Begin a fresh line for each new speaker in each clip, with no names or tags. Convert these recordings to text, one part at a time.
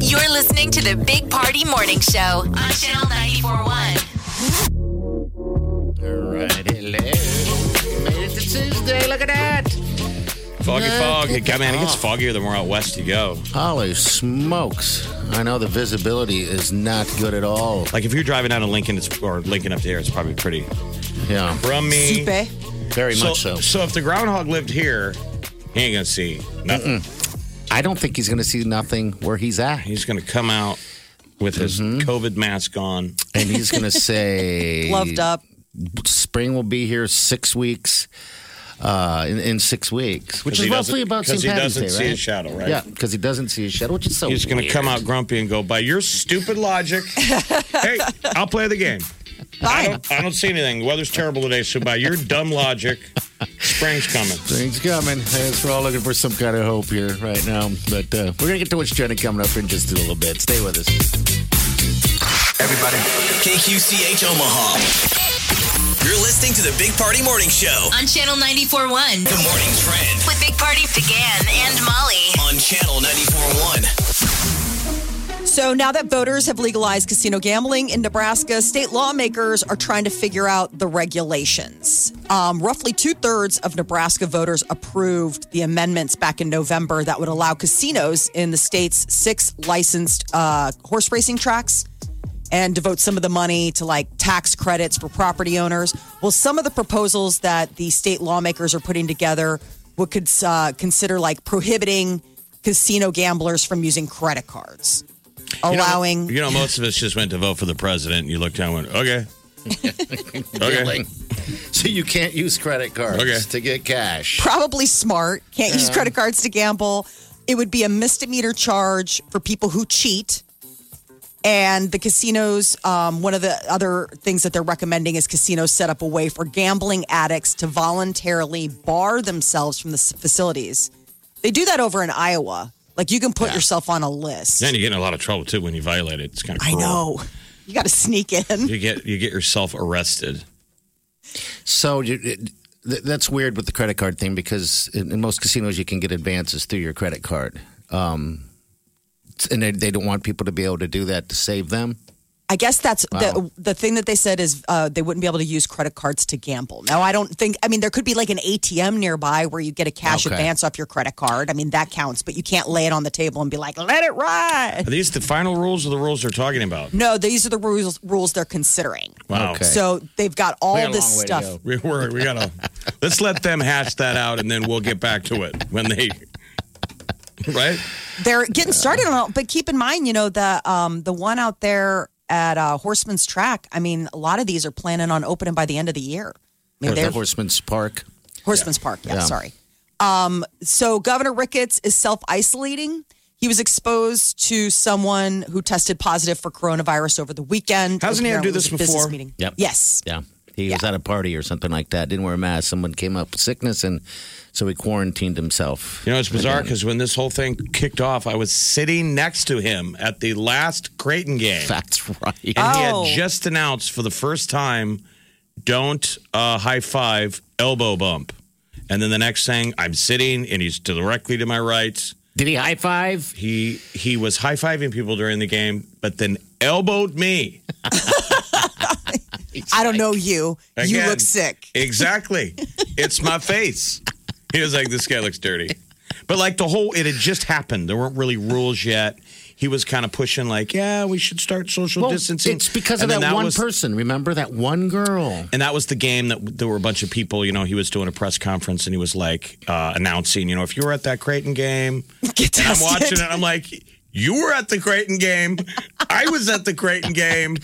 You're listening to the Big Party Morning Show on Channel 94.1.
All right, hello. Made it to Tuesday. Look at that.
Foggy
Look
fog.
at
God, man, it gets
that.
foggier the more out west you go.
Holy smokes. I know the visibility is not good at all.
Like if you're driving down to Lincoln, it's or Lincoln up there, it's probably pretty
Yeah,
crummy.
Sipe.
very much so.
if the groundhog lived here, he ain't gonna see nothing.
I don't think he's going to see nothing where he's at.
He's gonna come out with his
Mm-hmm.
COVID mask on.
And he's going to say,
Loved up.
spring will be here six weeks. Uh, in, in six weeks, which
'Cause
is
he
roughly
doesn't-
about
'cause
St.
he
Patrick's
doesn't
Day,
see
right?
his shadow, right?
Yeah, because he doesn't see his shadow, which is so.
He's gonna
weird.
come out grumpy and go, by your stupid logic, hey, I'll play the game. I
Fine.
don't, I don't see anything. The weather's terrible today, so by your dumb logic, spring's coming.
Things coming. Yes, we're all looking for some kind of hope here right now. But uh, we're going to get to what's trending coming up in just a little bit. Stay with us.
Everybody.
KQCH Omaha. You're listening to the Big Party Morning Show.
On Channel 94.1
The morning trend
with Big Party began and Molly.
on Channel 94.1.
So now that voters have legalized casino gambling in Nebraska, state lawmakers are trying to figure out the regulations. Um, roughly two thirds of Nebraska voters approved the amendments back in November that would allow casinos in the state's six licensed uh, horse racing tracks and devote some of the money to like tax credits for property owners. Well, some of the proposals that the state lawmakers are putting together would could uh, consider like prohibiting casino gamblers from using credit cards, allowing.
You know, most of us just went to vote for the president, and you looked down and went, okay. okay.
So you can't use credit cards
Okay.
to get cash.
Probably smart. Can't use credit cards to gamble. It would be a misdemeanor charge for people who cheat. And the casinos, um, one of the other things that they're recommending is casinos set up a way for gambling addicts to voluntarily bar themselves from the s- facilities. They do that over in Iowa. Like you can put yourself on a list.
Then you get in a lot of trouble, too, when you violate it. It's kind of
I know. You got to sneak in.
You get, you get yourself arrested.
So you, it, th- that's weird with the credit card thing because in, in most casinos you can get advances through your credit card, um, and they, they don't want people to be able to do that to save them.
I guess that's the the thing that they said is uh, they wouldn't be able to use credit cards to gamble. Now I don't think. I mean, there could be like an ATM nearby where you get a cash
Okay.
advance off your credit card. I mean, that counts, but you can't lay it on the table and be like, "Let it ride."
Are these the final rules or the rules they're talking about?
No, these are the rules rules they're considering.
Wow.
Okay.
So they've got all
We got a
this
long way to
stuff.
go.
We, we're, we gotta let's let them hash that out, and then we'll get back to it when they. Right?
They're getting started on. it, But keep in mind, you know the um, the one out there at uh, Horseman's Track. I mean, a lot of these are planning on opening by the end of the year. I mean,
Or the
they're-
Horseman's Park.
Horseman's Park. Yeah,
Yeah.
sorry. Um, so Governor Ricketts is self isolating. He was exposed to someone who tested positive for coronavirus over the weekend.
Hasn't he had
Apparently
to do
it was
this
a business
before?
Meeting.
Yep.
Yes.
Yeah. He was at a party or something like that. Didn't wear a mask. Someone came up with sickness, and so he quarantined himself.
You know, it's bizarre because when this whole thing kicked off, I was sitting next to him at the last Creighton game,
That's right.
and he
Oh.
had just announced for the first time, "Don't uh, high five, elbow bump." And then the next thing, I'm sitting, and he's directly to my right.
Did he high five?
He he was high fiving people during the game, but then elbowed me.
I don't know you. you
Again.
look sick.
Exactly. it's my face. He was like, this guy looks dirty. But like the whole, it had just happened. There weren't really rules yet. He was kind of pushing, like, yeah, we should start social distancing.
It's because
And
of
then
that, one
was,
person. Remember that one girl?
And that was the game that there were a bunch of people. You know, he was doing a press conference and he was like uh, announcing, you know, if you were at that Creighton game,
Get
and I'm
tested.
watching it, I'm like, You were at the Creighton game. I was at the Creighton game.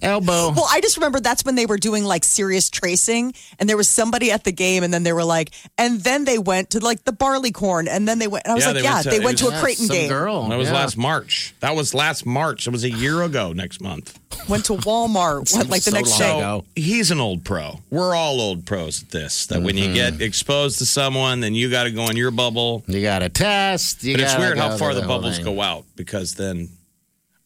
Elbow.
Well, I just remember that's when they were doing like serious tracing, and there was somebody at the game, and then they were like, and then they went to like the barley corn, and then they went. And I was
Yeah,
like,
they
yeah,
went to-
they
it
went to
was-
a Creighton
Some
game,
girl.
That was
Oh, yeah.
last March. That was last March. It was a year ago next month.
went to Walmart, went like the
so
next
long
day.
ago. Go.
He's an old pro. We're all old pros at this. That when you
Mm-hmm.
get exposed to someone, then you got to go in your bubble.
You got to test. You
But it's
gotta
weird
go
how far
to
the
whole
bubbles
thing.
go out because then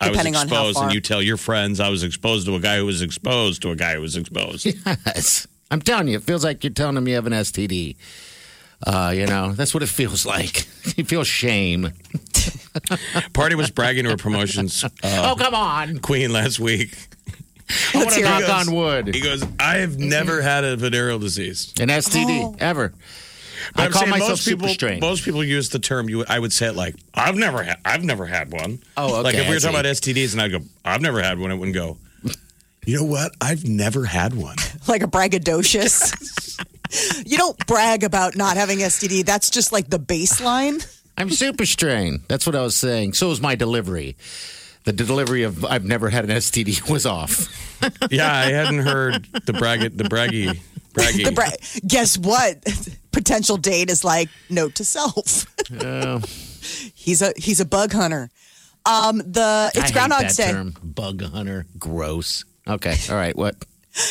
I was
Depending on how
exposed, and
far.
you tell your friends I was exposed to a guy who was exposed to a guy who was exposed.
Yes. I'm telling you, it feels like you're telling them you have an STD. Uh, you know, that's what it feels like. You feel shame.
Party was bragging to her promotions uh,
oh, come on.
queen last week.
Let's
hear
knock
it.
on wood.
He goes, I have never had a venereal disease.
An STD, ever.
But
I
I'm
call
saying
myself
most
super
people,
strange.
Most people use the term. You, I would say it like, I've never, had, I've never had one.
Oh, okay,
Like if we
I
were talking
see.
about STDs, and I'd go, I've never had one. It wouldn't go. You know what? I've never had one.
like a braggadocious. you don't brag about not having STD. That's just like the baseline.
I'm super strained. That's what I was saying. So was my delivery. The delivery of I've never had an STD was off.
Yeah, I hadn't heard the bragg, the braggy, braggy.
Bra- Guess what? Potential date is like note to self. he's a he's a bug hunter. Um, the
I
it's
hate
Groundhog's
that
Day.
term. Bug hunter. Gross. Okay. All right. What?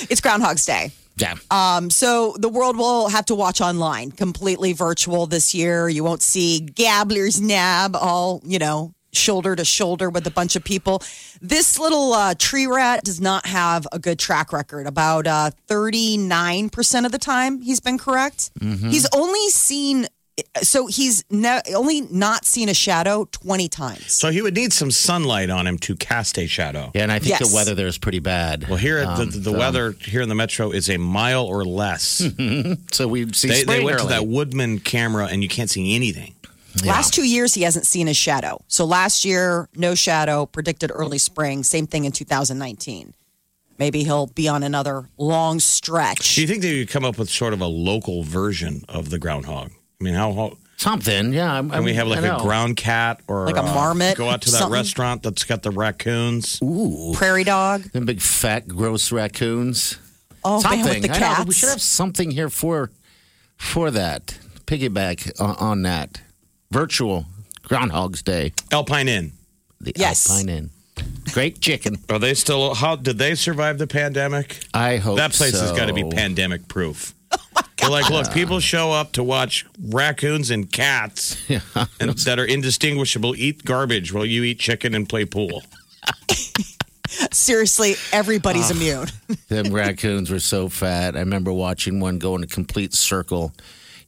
It's Groundhog's Day.
Yeah.
Uh, So the world will have to watch online, completely virtual this year. You won't see Gabblers Nab all, you know, shoulder to shoulder with a bunch of people. This little uh, tree rat does not have a good track record. About uh, 39% of the time, he's been correct. He's only seen, so he's ne- only not seen a shadow 20 times.
So he would need some sunlight on him to cast a shadow.
yeah. Um, And I think
yes.
the weather there is pretty bad.
Well, here at the, the, weather here in the metro is a mile or less.
so we see
they,
spring
they went to
early.
that Woodman camera, and you can't see anything.
Last two years, he hasn't seen a shadow. So last year, no shadow, predicted early spring. Same thing in 2019. Maybe he'll be on another long
Do
stretch.
you think they could come up with sort of a local version of the groundhog? I mean, how, how
something. Yeah. I'm,
can we have like
a
a ground cat
Um,
or uh,
Like a marmot,
Go out to that
something?
restaurant that's got the raccoons.
Prairie dog.
Them big fat gross raccoons.
Oh, man,
something.
with the
I know,
cats.
we should have something here for for that. Piggyback on, on that. Virtual Groundhog's Day.
Alpine Inn.
The
Yes.
Alpine Inn. Great chicken.
Are they still? How did they survive the pandemic?
I hope
that place has got to be
so.
pandemic proof.
Oh
They're like, look, people show up to watch raccoons and cats and, that are indistinguishable eat garbage while you eat chicken and play pool.
Seriously, everybody's
Ah.
immune.
Them raccoons were so fat. I remember watching one go in a complete circle.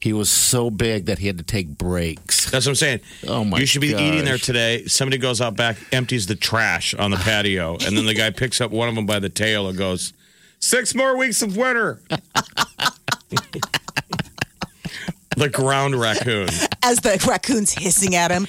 He was so big that he had to take breaks.
That's what I'm saying.
Oh, my
You should be eating there
gosh.
today. Somebody goes out back, empties the trash on the patio, and then the guy picks up one of them by the tail and goes, Six more weeks of winter. the ground raccoon.
As the raccoon's hissing at him.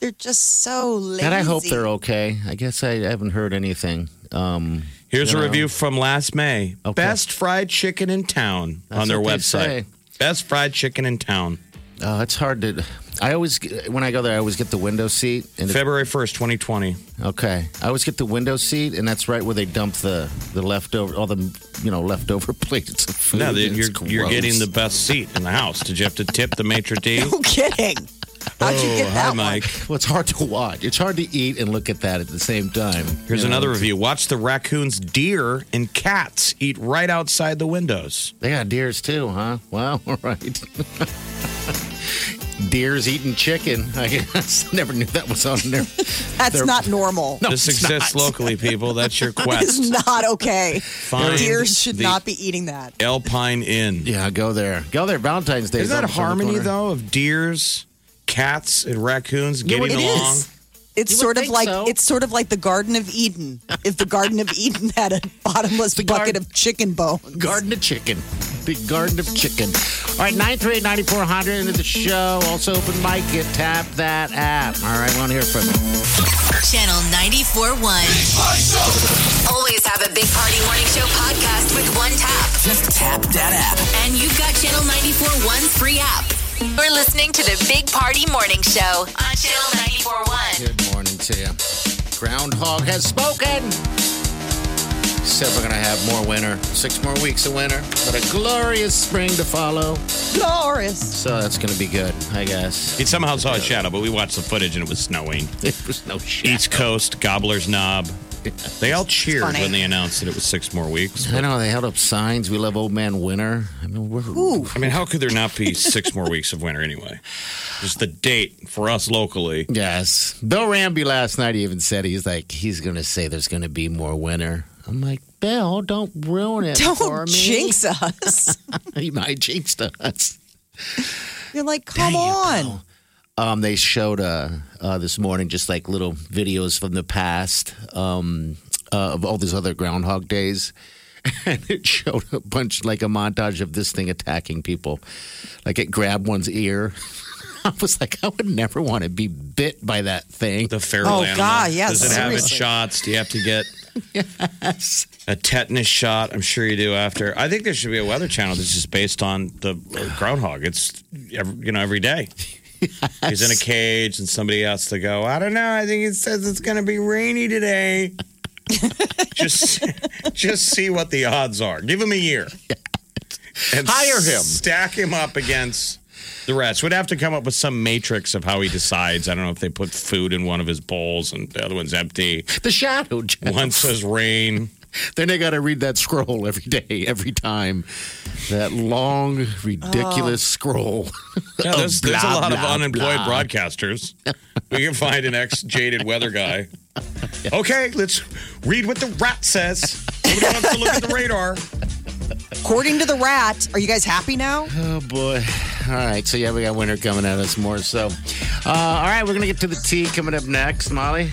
They're just so lazy.
And I hope they're okay. I guess I haven't heard anything. Um,
Here's
You
a
know.
review from last May.
Okay.
Best fried chicken in town on
That's
their
what they
website.
say.
Best fried chicken in town.
uh, it's hard to. I always when I go there, I always get the window seat. And it,
February 1st, 2020.
okay, I always get the window seat, and that's right where they dump the the leftover all the you know leftover plates of food.
No,
It's
you're, you're
gross.
getting the best seat in the house. Did you have to tip the maitre d'?
No kidding. How'd you get that
Oh, Hi,
one?
Mike.
Well, it's hard to watch. It's hard to eat and look at that at the same time.
Here's
You know,
another review. Watch the raccoons, deer, and cats eat right outside the windows.
They got deers too, huh? Wow, all right. deers eating chicken. I guess never knew that was on there.
That's
They're-
not normal.
this
it's
exists
not.
locally, people. That's your
It's
quest.
not okay.
Find
Deer should
the
not be eating that.
Alpine Inn.
Yeah, go there. Go there. Valentine's Day.
Isn't that a
almost around the
harmony
corner.
though of deers, cats, and raccoons getting
It is.
along?
It's
You
sort
would
of
think
like
so.
it's sort of like the Garden of Eden. If the Garden of Eden had a bottomless bucket
garden-
of chicken bones,
Garden of Chicken. Big Garden of Chicken. All right, 938 9400 into the show. Also, open mic at Tap That App. All right, want to hear from you.
Channel 94.1. Always have a Big Party Morning Show podcast with one tap.
Just tap that app.
And you've got Channel 94.1's free app. You're listening to the Big Party Morning Show on Channel 941.
Good morning to you. Groundhog has spoken. Said we're going to have more winter, six more weeks of winter, but a glorious spring to follow.
Glorious.
So that's going to be good, I guess.
He somehow saw a shadow, but we watched the footage and it was snowing.
It was no shit.
East Coast, Gobbler's Knob. They all cheered
funny.
when they announced that it was six more weeks.
I know they held up signs. We love Old Man Winter. I mean, we're,
I mean, how could there not be six more weeks of winter anyway? Just the date for us locally.
Yes. Bill Ramby last night even said he's like, he's going to say there's going to be more winter. I'm like, Bill, don't ruin it for
Don't
me.
jinx us.
He might jinx us.
You're like, come on.
Um, they showed uh, uh, this morning just like little videos from the past um, uh, of all these other Groundhog Days. And it showed a bunch, like a montage of this thing attacking people. Like it grabbed one's ear. I was like, I would never want to be bit by that thing.
The feral
Oh,
animal.
God, yeah,
Does it have its
seriously.
shots? Do you have to get a tetanus shot? I'm sure you do after. I think there should be a weather channel that's just based on the groundhog. It's, every, you know, every day. He's in a cage and somebody has to go, I don't know. I think it says it's going to be rainy today. just, just see what the odds are. Give him a year. And
Hire him.
Stack him up against the rest. We'd have to come up with some matrix of how he decides. I don't know if they put food in one of his bowls and the other one's empty.
The shadow. Jeff.
One says rain.
Then they got to read that scroll every day, every time. That long, ridiculous scroll.
Yeah, there's, there's a
blah,
lot of
blah,
unemployed
blah.
broadcasters. We can find an ex jaded weather guy. Okay, let's read what the rat says. Nobody wants to look at the radar.
According to the rat, are you guys happy now?
Oh boy! All right, so yeah, we got winter coming at us more. So, uh, all right, we're gonna get to the tea coming up next, Molly.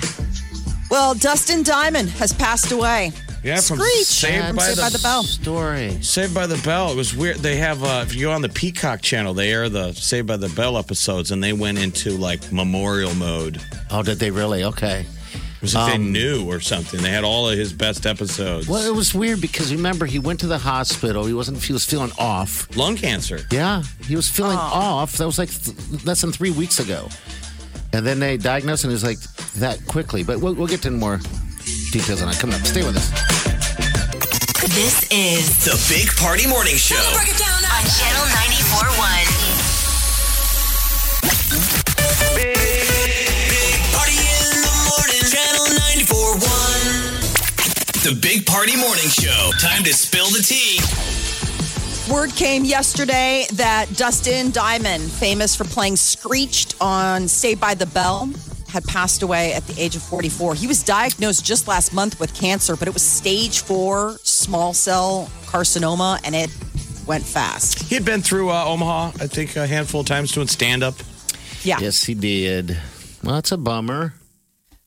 Well, Dustin Diamond has passed away.
Yeah, from
Screech.
Saved
From
by,
Saved
the,
Uh, by the Bell.
Story.
Saved by the Bell. It was weird. They have uh, if you go on the Peacock channel, they air the Saved by the Bell episodes, and they went into like memorial mode.
Oh, did they really? Okay.
It was like they
Um,
knew or something. They had all of his best episodes.
Well, it was weird because remember he went to the hospital. He wasn't. He was feeling off.
Lung cancer.
Yeah, he was feeling
Oh.
off. That was like th- less than three weeks ago, and then they diagnosed him. It was like that quickly. But we'll, we'll get to more details on that coming up. Stay with us.
This is
The Big Party Morning Show.
on Channel 941.
Big Party in the morning. Channel 941. The Big Party Morning Show. Time to spill the tea.
Word came yesterday that Dustin Diamond, famous for playing Screeched on Saved by the Bell, had passed away at the age of 44. He was diagnosed just last month with cancer, but it was stage four small cell carcinoma, and it went fast.
He had been through uh, Omaha, I think, a handful of times doing stand up.
Yeah.
Yes, he did. Well, that's a bummer.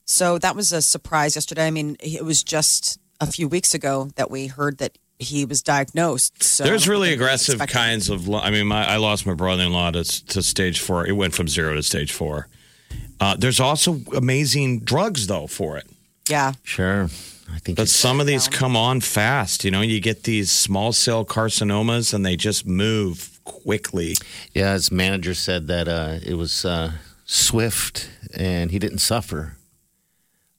So that was a surprise yesterday. I mean, it was just a few weeks ago that we heard that he was diagnosed. So
There's really
I don't think
aggressive
we expected-
kinds of. lo- I mean, my, I lost my brother-in-law to, to stage four. It went from zero to stage four. Uh, there's also amazing drugs though for it.
Yeah.
Sure. I think
But some of these come on fast. You know, you get these small cell carcinomas and they just move quickly.
Yeah, his manager said that uh, it was uh, swift and he didn't suffer.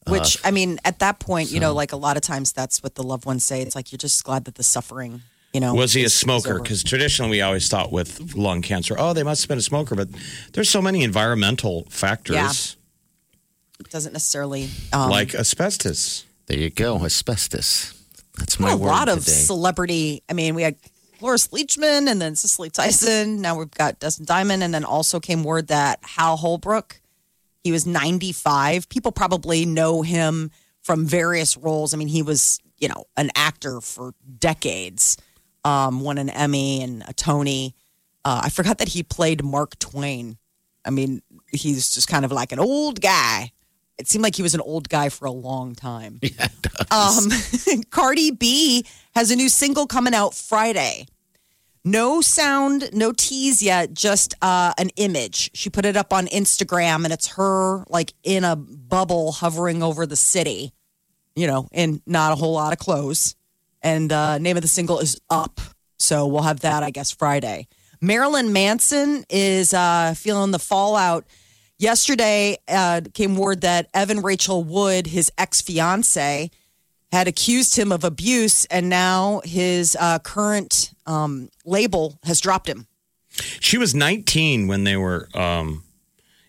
Which
Uh,
I mean, at that point, you know, like a lot of times, that's what the loved ones say. It's like you're just glad that the suffering, you know.
Was he a
is- is
smoker?
Oh, over.
Because traditionally we always thought with lung cancer, oh, they must have been a smoker. But there's so many environmental factors
it doesn't necessarily um,
like asbestos.
There you go, asbestos. That's my
a
word
lot of
today.
celebrity. I mean, we had Cloris Leachman and then Cicely Tyson. Now we've got Dustin Diamond, and then also came word that Hal Holbrook, he was 95. People probably know him from various roles. I mean, he was you know an actor for decades. Um, won an Emmy and a Tony. Uh, I forgot that he played Mark Twain. I mean, he's just kind of like an old guy. It seemed like he was an old guy for a long time. Um, Cardi B has a new single coming out Friday. No sound, no tease yet, just uh, an image. She put it up on Instagram and it's her like in a bubble hovering over the city, you know, in not a whole lot of clothes. And uh, name of the single is Up. So we'll have that, I guess, Friday. Marilyn Manson is uh, feeling the fallout. Yesterday uh, came word that Evan Rachel Wood, his ex fiance, had accused him of abuse, and now his uh, current um, label has dropped him.
She was 19 when they were, um,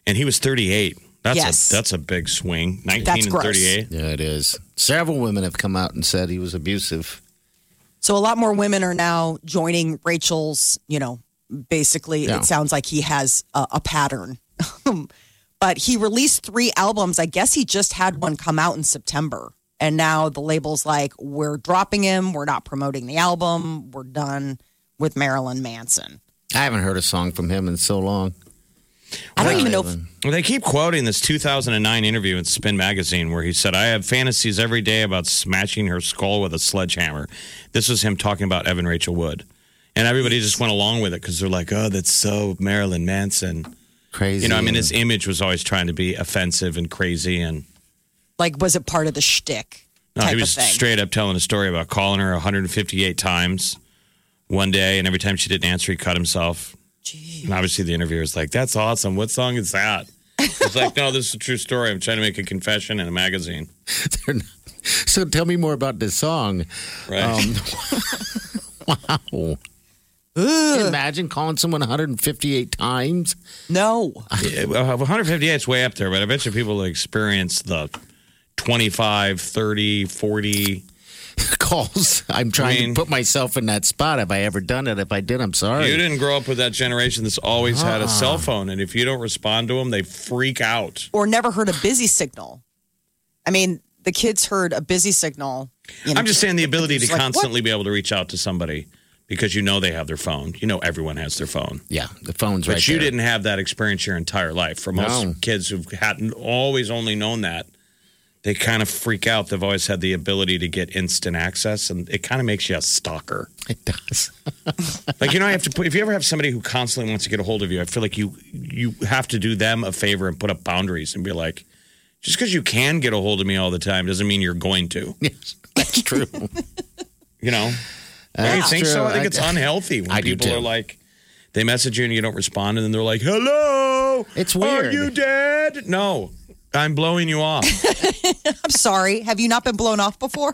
and he was 38. That's
Yes.
a that's a big swing. 19
That's
and
gross.
38.
Yeah, it is. Several women have come out and said he was abusive.
So a lot more women are now joining Rachel's, you know, basically
Yeah.
it sounds like he has a, a pattern. but he released three albums. I guess he just had one come out in September. And now the label's like, we're dropping him. We're not promoting the album. We're done with Marilyn Manson.
I haven't heard a song from him in so long.
I don't even know. If,
Evan.
Well, they keep quoting this 2009 interview in Spin Magazine where he said, I have fantasies every day about smashing her skull with a sledgehammer. This was him talking about Evan Rachel Wood. And everybody just went along with it because they're like, oh, that's so Marilyn Manson.
Crazy.
You know, I mean, his image was always trying to be offensive and crazy. And
like, was it part of the shtick?
no,
type
he was
of thing?
straight up telling a story about calling her 158 times one day. And every time she didn't answer, he cut himself. And obviously the interviewer was like, that's awesome. What song is that? It's like, no, this is a true story. I'm trying to make a confession in a magazine.
They're not- so tell me more about this song.
Right.
Wow. Can you
Ugh,
imagine calling someone 158 times?
no.
Yeah, well, uh, 158 is way up there, but I bet you people experience the 25, 30, 40.
Calls. I'm trying
mean-
to put myself in that spot. Have I ever done it? If I did, I'm sorry.
You didn't grow up with that generation that's always had a cell phone, and if you don't respond to them, they freak out.
Or never heard a busy signal. I mean, the kids heard a busy signal. you know,
I'm just saying the ability to
It's like, what?
constantly be able to reach out to somebody because you know they have their phone. You know everyone has their phone.
Yeah, the phone's
But
right
you
there.
didn't have that experience your entire life. For most
No.
kids who've hadn't always only known that, they kind of freak out. They've always had the ability to get instant access, and it kind of makes you a stalker.
It does.
Like you know, I have to put. If you ever have somebody who constantly wants to get a hold of you, I feel like you you have to do them a favor and put up boundaries and be like, just because you can get a hold of me all the time doesn't mean you're going to.
Yes, that's true.
You know, do you
That's
think so?
true.
I think it's
I-
unhealthy when
I do
people
too.
are like, they message you and you don't respond, and then they're like, "Hello,
It's
Are
weird.
you dead? No, I'm blowing you off.
I'm sorry. Have you not been blown off before?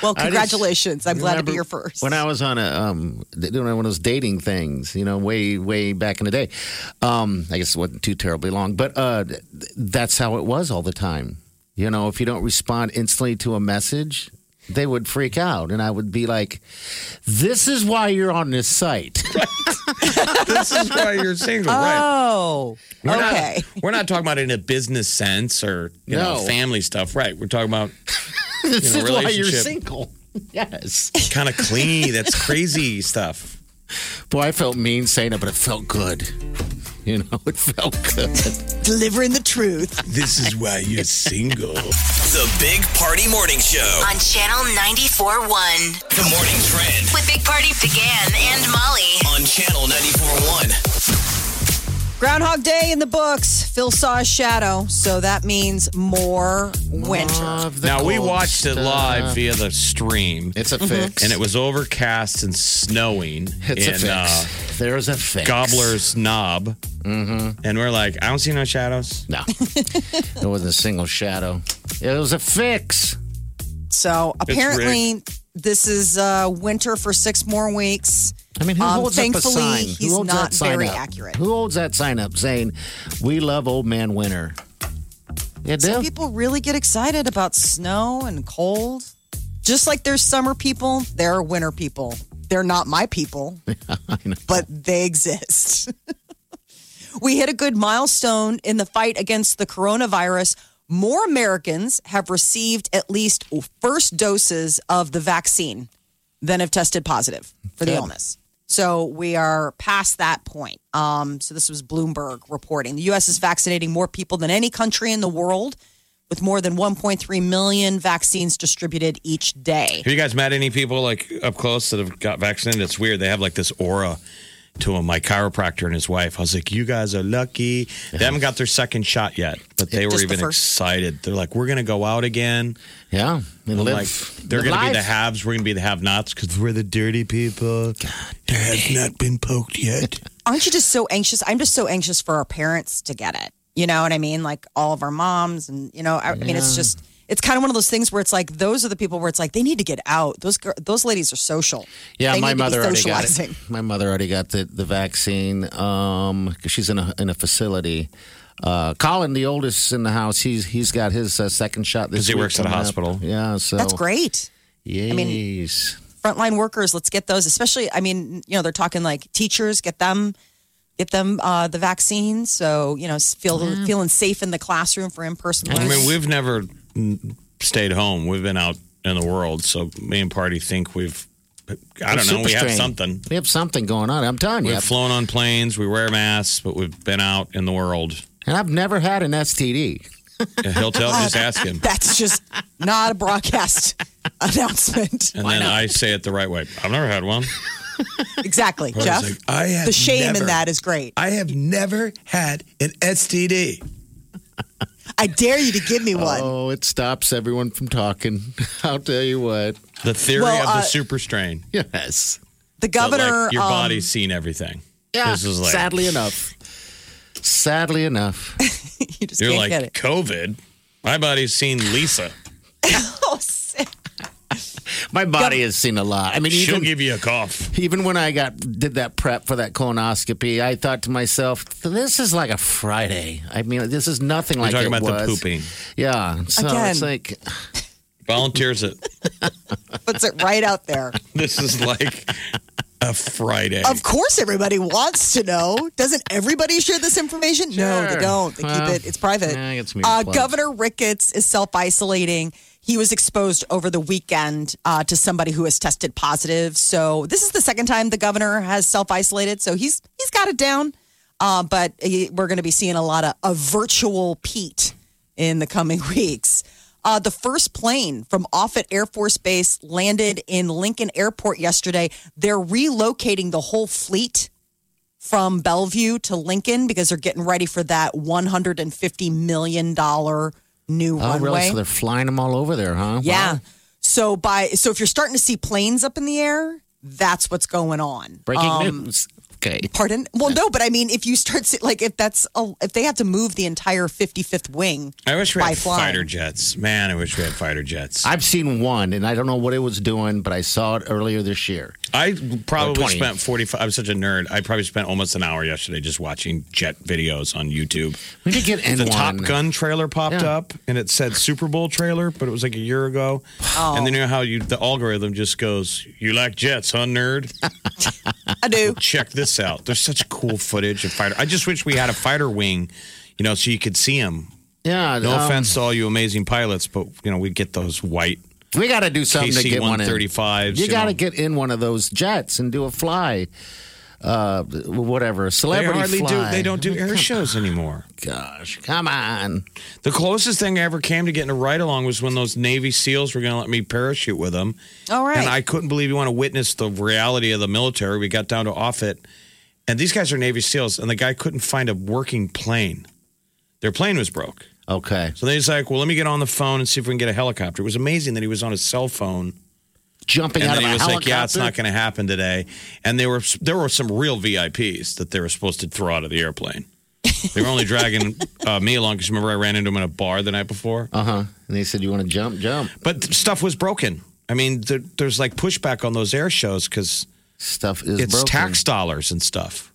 well,
I just
congratulations. I'm glad to be
remember
your first.
When I was on a um, doing one of those dating things, you know, way way back in the day, um, I guess it wasn't too terribly long, but uh, th- that's how it was all the time. You know, if you don't respond instantly to a message, they would freak out, and I would be like, "This is why you're on this site."
this is why you're single, right?
oh,
We're not-
okay.
we're not talking about it in a business sense or you know
No.
family stuff, right? We're talking about
this
You know,
is why you're
relationship.
single. Yes.
kind of clingy. That's crazy stuff.
Boy, I felt mean saying it, but it felt good. You know, it felt good.
Delivering the truth.
This is why you're single.
The Big Party Morning Show.
On Channel 94.1
The Morning Trend
with Big Party began and Molly.
on Channel 94.1.
Groundhog Day in the books. Phil saw a shadow, so that means more winter.
Of the
Now we
cold
watched it
stuff.
live via the stream,
It's a fix.
and it was overcast and snowing
It's
in
a fix.
Uh,
There's a fix.
Gobbler's Knob,
Mm-hmm.
and we're like, I don't see no shadows.
No. there wasn't a single shadow. It was a fix.
So apparently, this is uh, winter for six more weeks.
I mean, who
Um,
holds
thankfully,
up a sign?
he's
who holds
not
that sign
very
up?
accurate.
Who holds that sign up saying, "We love Old Man Winter"? Yeah,
Some
do.
people really get excited about snow and cold. Just like there's summer people, there are winter people. They're not my people, but they exist. we hit a good milestone in the fight against the coronavirus. More Americans have received at least first doses of the vaccine than have tested positive for the
Good.
illness. So we are past that point. Um, so this was Bloomberg reporting. The U.S. is vaccinating more people than any country in the world, with more than 1.3 million vaccines distributed each day.
Have you guys met any people like up close that have got vaccinated? It's weird. They have like this aura. to him, my chiropractor and his wife. I was like, "You guys are lucky. They haven't got their second shot yet, but they were
Just the
even
first.
excited. They're like, "We're gonna go out again.
Yeah. And live,
Like they're
live
gonna be the
life.
haves. We're gonna be the have-nots because we're the dirty people. It has not been poked yet.
Aren't you just so anxious? I'm just so anxious for our parents to get it. You know what I mean? Like all of our moms, and you know, I, I mean, it's just. It's kind of one of those things where it's like those are the people where it's like they need to get out. Those gir- those ladies are social.
Yeah,
They
my
need to be
mother already got
socializing.
it. My mother already got the, the vaccine. Um, 'cause she's in a in a facility. Uh, Colin, the oldest in the house, he's he's got his uh, second shot this.
'Cause he
week
works at a
coming up.
hospital.
Yeah, so
Oh.
That's great.
Yes.
mean- frontline workers let's get those especially i mean you know they're talking like teachers get them get them uh, the vaccine so you know s- feel feeling safe in the classroom for in-person
I
learning.
mean, we've never mm, stayed home. We've been out in the world. So me and Party think we've. I don't know.
Super
We have
strain.
something.
We have something going on. I'm telling you,
We've flown on planes. We wear masks, but we've been out in the world.
and I've never had an STD.
He'll tell. Just ask him.
that's just not a broadcast announcement
And then I say it the right way. I've never had one.
exactly jeff
I have
the shame
never-
in that is great
I have never had an STD.
i dare you to give me one
Oh, it stops everyone from talking. I'll tell you what.
The theory
Well,
of
uh,
the super strain.
Yes.
the
But, like,
governor
your
um,
body's seen everything.
Yeah.
This is like-
sadly enough. Sadly enough.
you just
You're
can't
like
get it
COVID. My body's seen Lisa.
Oh, sick.
My body has seen a lot. I mean,
She'll
even
give you a cough.
even when I got did that prep for that colonoscopy, I thought to myself, "This is like a Friday." I mean, this is nothing
You're
like
talking
it
about
was.
the pooping.
Yeah, so
Again.
it's like
Volunteers it.
puts it right out there
This is like a Friday.
of course everybody wants to know doesn't everybody share this information no they
Sure.
don't they
Well,
keep it it's private
yeah, I get some
uh,
earplugs.
governor ricketts is self-isolating he was exposed over the weekend uh, to somebody who has tested positive so this is the second time the governor has self-isolated so he's he's got it down uh, but he, we're going to be seeing a lot of a virtual pete in the coming weeks uh, the first plane from Offutt Air Force Base landed in Lincoln Airport yesterday. They're relocating the whole fleet from Bellevue to Lincoln because they're getting ready for that $150 million new
oh,
runway.
really? So they're flying them all over there, huh?
yeah.
Wow.
So by so if you're starting to see planes up in the air, that's what's going on.
breaking
Um,
news. Okay,
Pardon? Well, no, but I mean, if you start see, like if that's a, if they have to move the entire 55th wing,
I wish we
by
had
flying.
fighter jets. Man, I wish we had fighter jets. I,
I've seen one, and I don't know what it was doing, but I saw it earlier this year.
probably
Or 20.
spent 45. I'm such a nerd. I probably spent almost an hour yesterday just watching jet videos on YouTube.
We need to get N
The
one.
Top Gun trailer popped
Yeah.
up and it said Super Bowl trailer, but it was like a year ago.
Oh.
And then you know how you the algorithm just goes, "You like jets, huh, nerd?
I do.
Check this out." There's such cool footage of fighter. I just wish we had a fighter wing, you know, so you could see them.
Yeah.
No
um,
offense to all you amazing pilots, but you know we get those white
We got to do something to
KC
get one in.
135s.
You got to
know.
get in one of those jets and do a fly, uh, whatever
They
celebrity
hardly do.
fly.
They don't do air shows anymore.
Gosh, come on.
The closest thing I ever came to getting a ride along was when those Navy SEALs were going to let me parachute with them.
All right.
And I couldn't believe you want to witness the reality of the military. We got down to Offutt, and these guys are Navy SEALs, and the guy couldn't find a working plane. Their plane was broke.
Okay,
So then he's like, well, let me get on the phone and see if we can get a helicopter. It was amazing that he was on his cell phone.
jumping
and
out
then
of
he
a
was
helicopter.
like, yeah, it's not going to happen today. And they were, there were some real VIPs that they were supposed to throw out of the airplane. They were only dragging uh, me along because remember I ran into him in a bar the night before?
Uh huh. And they said, you want to jump, jump.
But th- stuff was broken. I mean, there, there's like pushback on those air shows because
Stuff is
it's
broken.
tax dollars and stuff.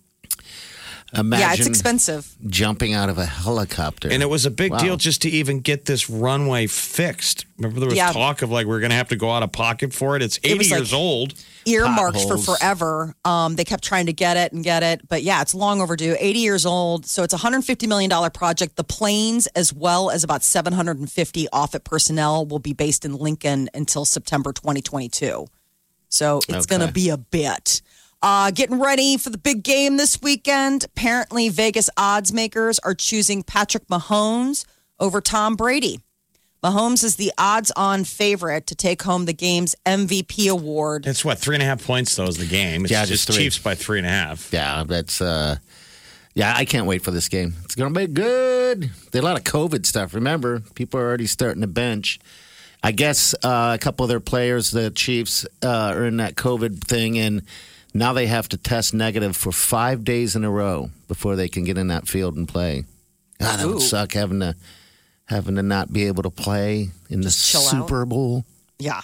Imagine
yeah, it's expensive.
jumping out of a helicopter.
And it was a big
Wow.
deal just to even get this runway fixed. Remember, there was
Yeah.
talk of like, we're going to have to go out of pocket for it. It's 80
was like-
years old.
earmarked for
Potholes.
forever. Um, they kept trying to get it and get it, but yeah, it's long overdue. 80 years old, so it's a 150 million dollar project. The planes, as well as about 750 Offutt personnel, will be based in Lincoln until September 2022. So it's
Okay.
going to be a bit. Uh, getting ready for the big game this weekend. Apparently, Vegas odds makers are choosing Patrick Mahomes over Tom Brady. Mahomes is the odds on favorite to take home the game's MVP award.
It's what three and a half points though is the game. It's
Yeah,
just
just three.
Chiefs by three and a half.
Yeah, that's uh yeah, I can't wait for this game. It's gonna be good. There's a lot of COVID stuff. Remember, people are already starting to bench. I guess uh, a couple of their players, the Chiefs, uh, are in that COVID thing, and now they have to test negative for five days in a row before they can get in that field and play. God, that would suck having to having to not be able to play in the
chill out.
Super Bowl.
Yeah.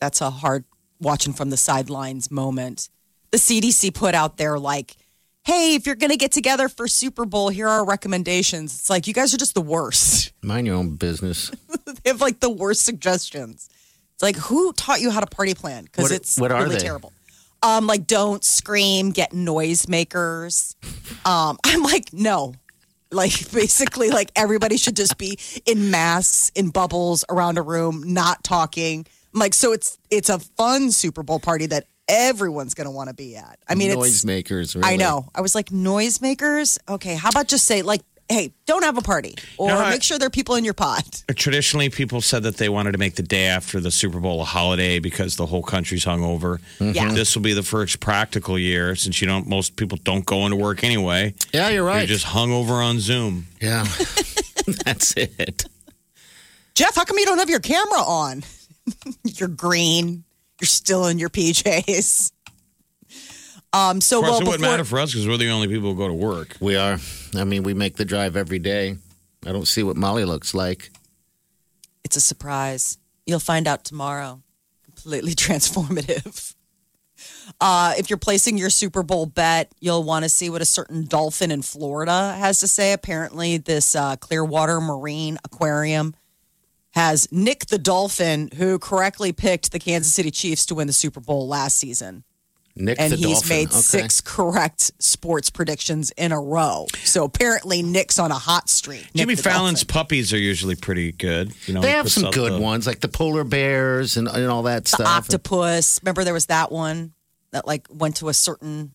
That's a hard watching from the sidelines moment. The CDC put out there, like, hey, if you're going to get together for Super Bowl, here are our recommendations. It's like, you guys are just the worst.
Mind your own business.
they have like the worst suggestions. It's like, who taught you how to party plan? Because
What-
it's
what are
really
they?
terrible. Um, like, don't scream, get noisemakers. Um, I'm like, no. Like, basically, like everybody should just be in masks, in bubbles around a room, not talking. I'm like, so it's it's a fun Super Bowl party that everyone's going to want to be at. I mean, it's
noisemakers. Really.
I know. I was like, noisemakers. Okay, how about just say like, hey, don't have a party, or
No, I-
make sure there are people in your pod.
Traditionally, people said that they wanted to make the day after the Super Bowl a holiday because the whole country's hungover.
Mm-hmm.
Yeah.
This will be the first practical year since you don't. Most people don't go into work anyway.
Yeah, you're right.
You're just hungover on Zoom.
yeah, that's it.
Jeff, how come you don't have your camera on? you're green. You're still in your PJs. Um. So
Of course,
well,
it wouldn't
before-
matter for us because we're the only people who go to work.
We are. I mean, we make the drive every day. I don't see what Molly looks like.
it's a surprise. You'll find out tomorrow. Completely transformative. Uh, if you're placing your Super Bowl bet, you'll want to see what a certain dolphin in Florida has to say. Apparently, this uh, Clearwater Marine Aquarium has Nick the Dolphin, who correctly picked the Kansas City Chiefs to win the Super Bowl last season.
Nick
and
the
he's
dolphin.
made
Okay.
six correct sports predictions in a row. So apparently, Nick's on a hot streak. Nick
Jimmy
the
Fallon's
Dolphin.
puppies are usually pretty good. You know,
They
he
have
puts
some
out
good
the-
ones, like the polar bears and, and all that
the
stuff.
octopus. Remember, there was that one that like went to a certain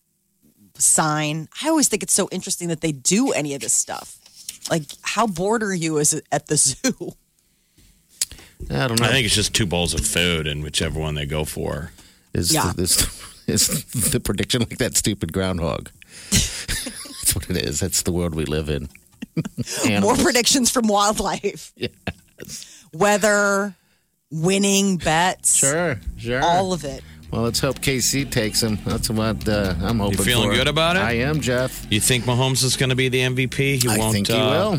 sign. I always think it's so interesting that they do any of this stuff. Like, how bored are you as at the zoo?
I don't know.
I think it's just two bowls of food and whichever one they go for.
it's,
Yeah.
it's, it's the prediction like that stupid groundhog. That's what it is. That's the world we live in.
More
Animals.
predictions from wildlife, weather, winning bets,
Sure, sure.
all of it.
well, let's hope KC takes him. That's what uh, I'm hoping.
feeling
for.
good about it?
I am, Jeff.
You think Mahomes is going to be the MVP? He
I
won't.
think he
uh,
will.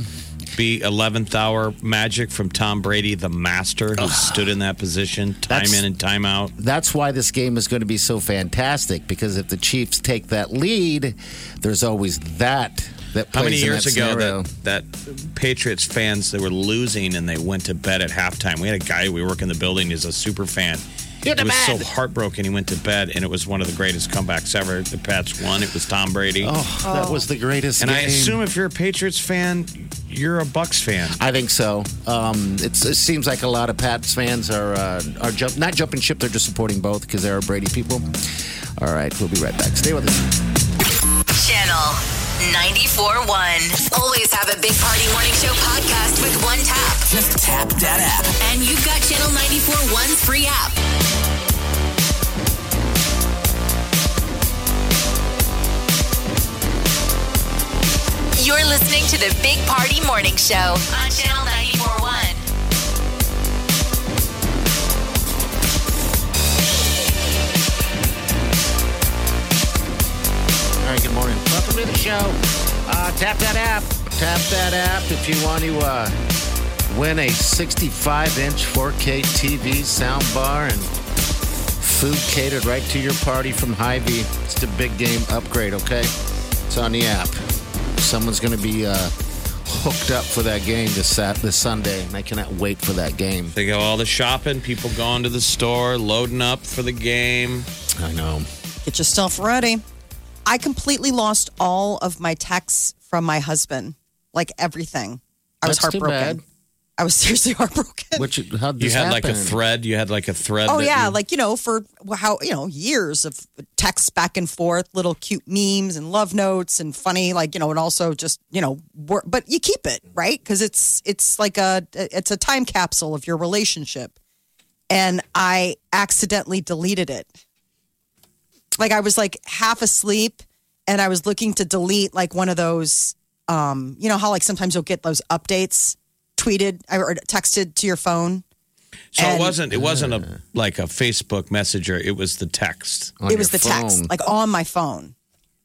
Be 11th hour magic from Tom Brady, the master who stood in that position time
That's-
in and time out.
that's why this game is going to be so fantastic because if the Chiefs take that lead, there's always that that plays
How many
in
years
that
ago
scenario.
that that Patriots fans they were losing and they went to bed at halftime. We had a guy we work in the building he's a super fan.
Get
he
to
was
bed.
so heartbroken he went to bed and it was one of the greatest comebacks ever. The Pats won. It was Tom Brady.
oh, that was the greatest.
and I
game.
assume if you're a Patriots fan, you're a Bucks fan.
I think so. Um, it's, it seems like a lot of Pats fans are uh, are jump, not jumping ship; they're just supporting both because they're Brady people. All right, we'll be right back. Stay with us.
Channel 94.1. Always have a Big Party Morning Show podcast with one tap.
Just tap that app.
And you've got Channel 94.1's free app. You're listening to the Big Party Morning Show on Channel 94.1.
All right, good morning. Welcome to the show. Uh, tap that app. Tap that app if you want to uh, win a 65 inch 4K TV sound bar and food catered right to your party from Hy-Vee. It's the big game upgrade, okay? It's on the app. Someone's going to be uh, hooked up for that game this, sat- this Sunday, and I cannot wait for that game.
They go all the shopping, people going to the store, loading up for the game.
I know.
Get your stuff ready. I completely lost all of my texts from my husband, like everything. I was
That's too
heartbroken.
bad.
I was seriously heartbroken.
Which how
You had like a thread. You had like a thread.
Oh
that
yeah,
you-
like you know, for how you know years of texts back and forth, little cute memes and love notes and funny, like you know, and also just you know, wor- but you keep it right because it's it's like a it's a time capsule of your relationship, and I accidentally deleted it. Like I was like half asleep, and I was looking to delete like one of those, um, you know how like sometimes you'll get those updates tweeted or texted to your phone.
so it
and-
wasn't. It wasn't a like a Facebook messenger. It was the text.
it was the text, like on my phone.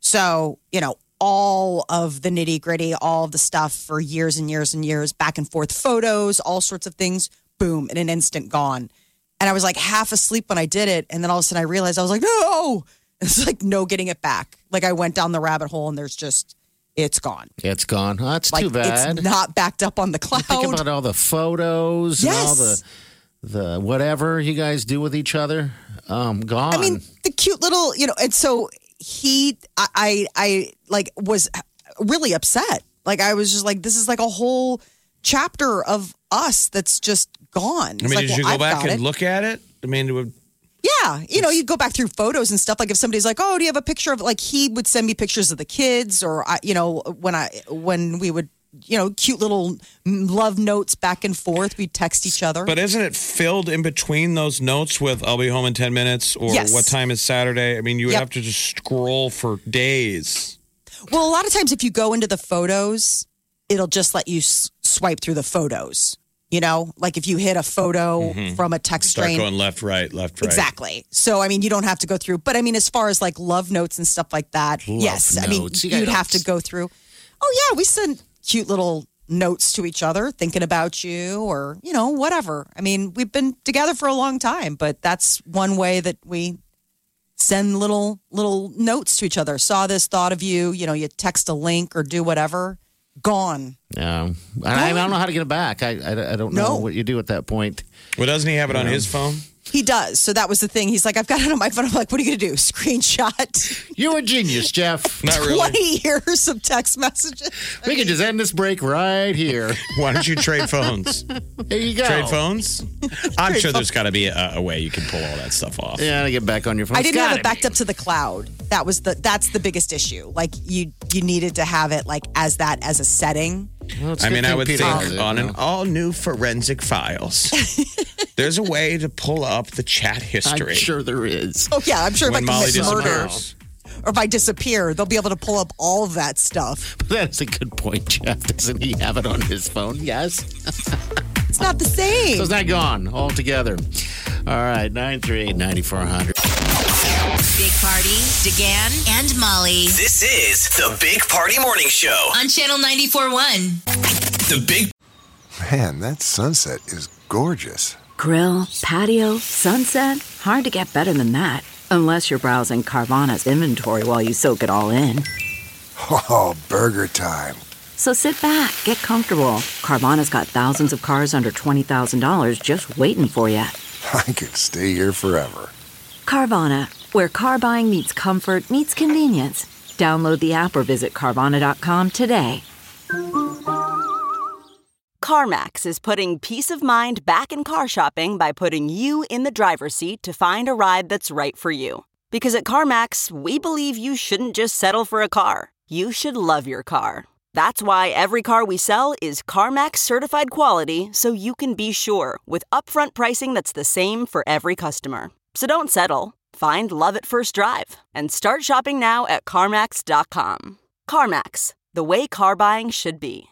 So, you know, all of the nitty gritty, all of the stuff for years and years and years, back and forth photos, all sorts of things, boom, in an instant gone. And I was like half asleep when I did it. And then all of a sudden I realized I was like, no, it's like no getting it back. Like I went down the rabbit hole and there's just, it's gone.
it's gone. Oh, that's
Like
too bad.
it's not backed up on the cloud.
Think about all the photos and all the
Yes.
the whatever you guys do with each other. Um, gone.
I mean, the cute little, you know, and so he, I, I, I like was really upset. Like I was just like, this is like a whole chapter of us that's just gone.
I mean, did you go back and
look?
look at it? I mean, it would,
Yeah, you know, you go back through photos and stuff. Like if somebody's like, "Oh, do you have a picture of?" Like he would send me pictures of the kids, or I, you know, when I when we would, you know, cute little love notes back and forth. We'd text each other.
but isn't it filled in between those notes with "I'll be home in ten minutes" or
Yes.
"What time is Saturday"? I mean, you would
Yep.
have to just scroll for days.
Well, a lot of times if you go into the photos, it'll just let you s- swipe through the photos. You know, like if you hit a photo from a text
Mm-hmm. Start
string.
going left, right, left, right.
Exactly. So, I mean, you don't have to go through, but I mean, as far as like love notes and stuff like that,
Love
yes. I mean,
notes. You
you'd
guys
have to
don't-
go through. Oh, yeah. We send cute little notes to each other, thinking about you or, you know, whatever. I mean, we've been together for a long time, but that's one way that we send little little notes to each other saw this thought of you you know you text a link or do whatever gone
Yeah. And I, I don't know how to get it back. I, I, I don't know
No.
what you do at that point.
Well, doesn't he have it on his phone?
he does so that was the thing he's like i've got it on my phone i'm like what are you gonna do screenshot
You're a genius, Jeff.
Not really.
20 years of text messages
we can just end this break right here.
Why don't you trade phones?
There you go.
Trade phones? I'm sure there's got to be a, a way you can pull all that stuff off.
Yeah, to get back on your phone.
I didn't have it backed up to the cloud. That was the that's the biggest issue. Like you you needed to have it like as that as a setting.
I mean, I would think on an all new forensic files, there's a way to pull up the chat
I'm
history.
sure there is.
Oh yeah, I'm sure
When
if I
Molly
commit murder
disappears.
or if I disappear, they'll be able to pull up all of that stuff.
That's a good point, Jeff. Doesn't he have it on his phone? Yes.
It's not the
So
same.
it's not gone altogether. All right, 938 9400.
Big Party, DeGan, and Molly
This is the Big Party Morning Show.
on Channel 94.1.
The Big
Man, that sunset is gorgeous.
Grill, patio, sunset. Hard to get better than that. Unless you're browsing Carvana's inventory while you soak it all in.
Oh, burger time.
So sit back, get comfortable. Carvana's got thousands of cars under $20,000 just waiting for you.
I could stay here forever.
Carvana, where car buying meets comfort, meets convenience. Download the app or visit Carvana.com today.
CarMax is putting peace of mind back in car shopping by putting you in the driver's seat to find a ride that's right for you. Because at CarMax, we believe you shouldn't just settle for a car, you should love your car. That's why every car we sell is CarMax certified quality so you can be sure with upfront pricing that's the same for every customer. So don't settle. Find love at first drive and start shopping now at CarMax.com. CarMax, the way car buying should be.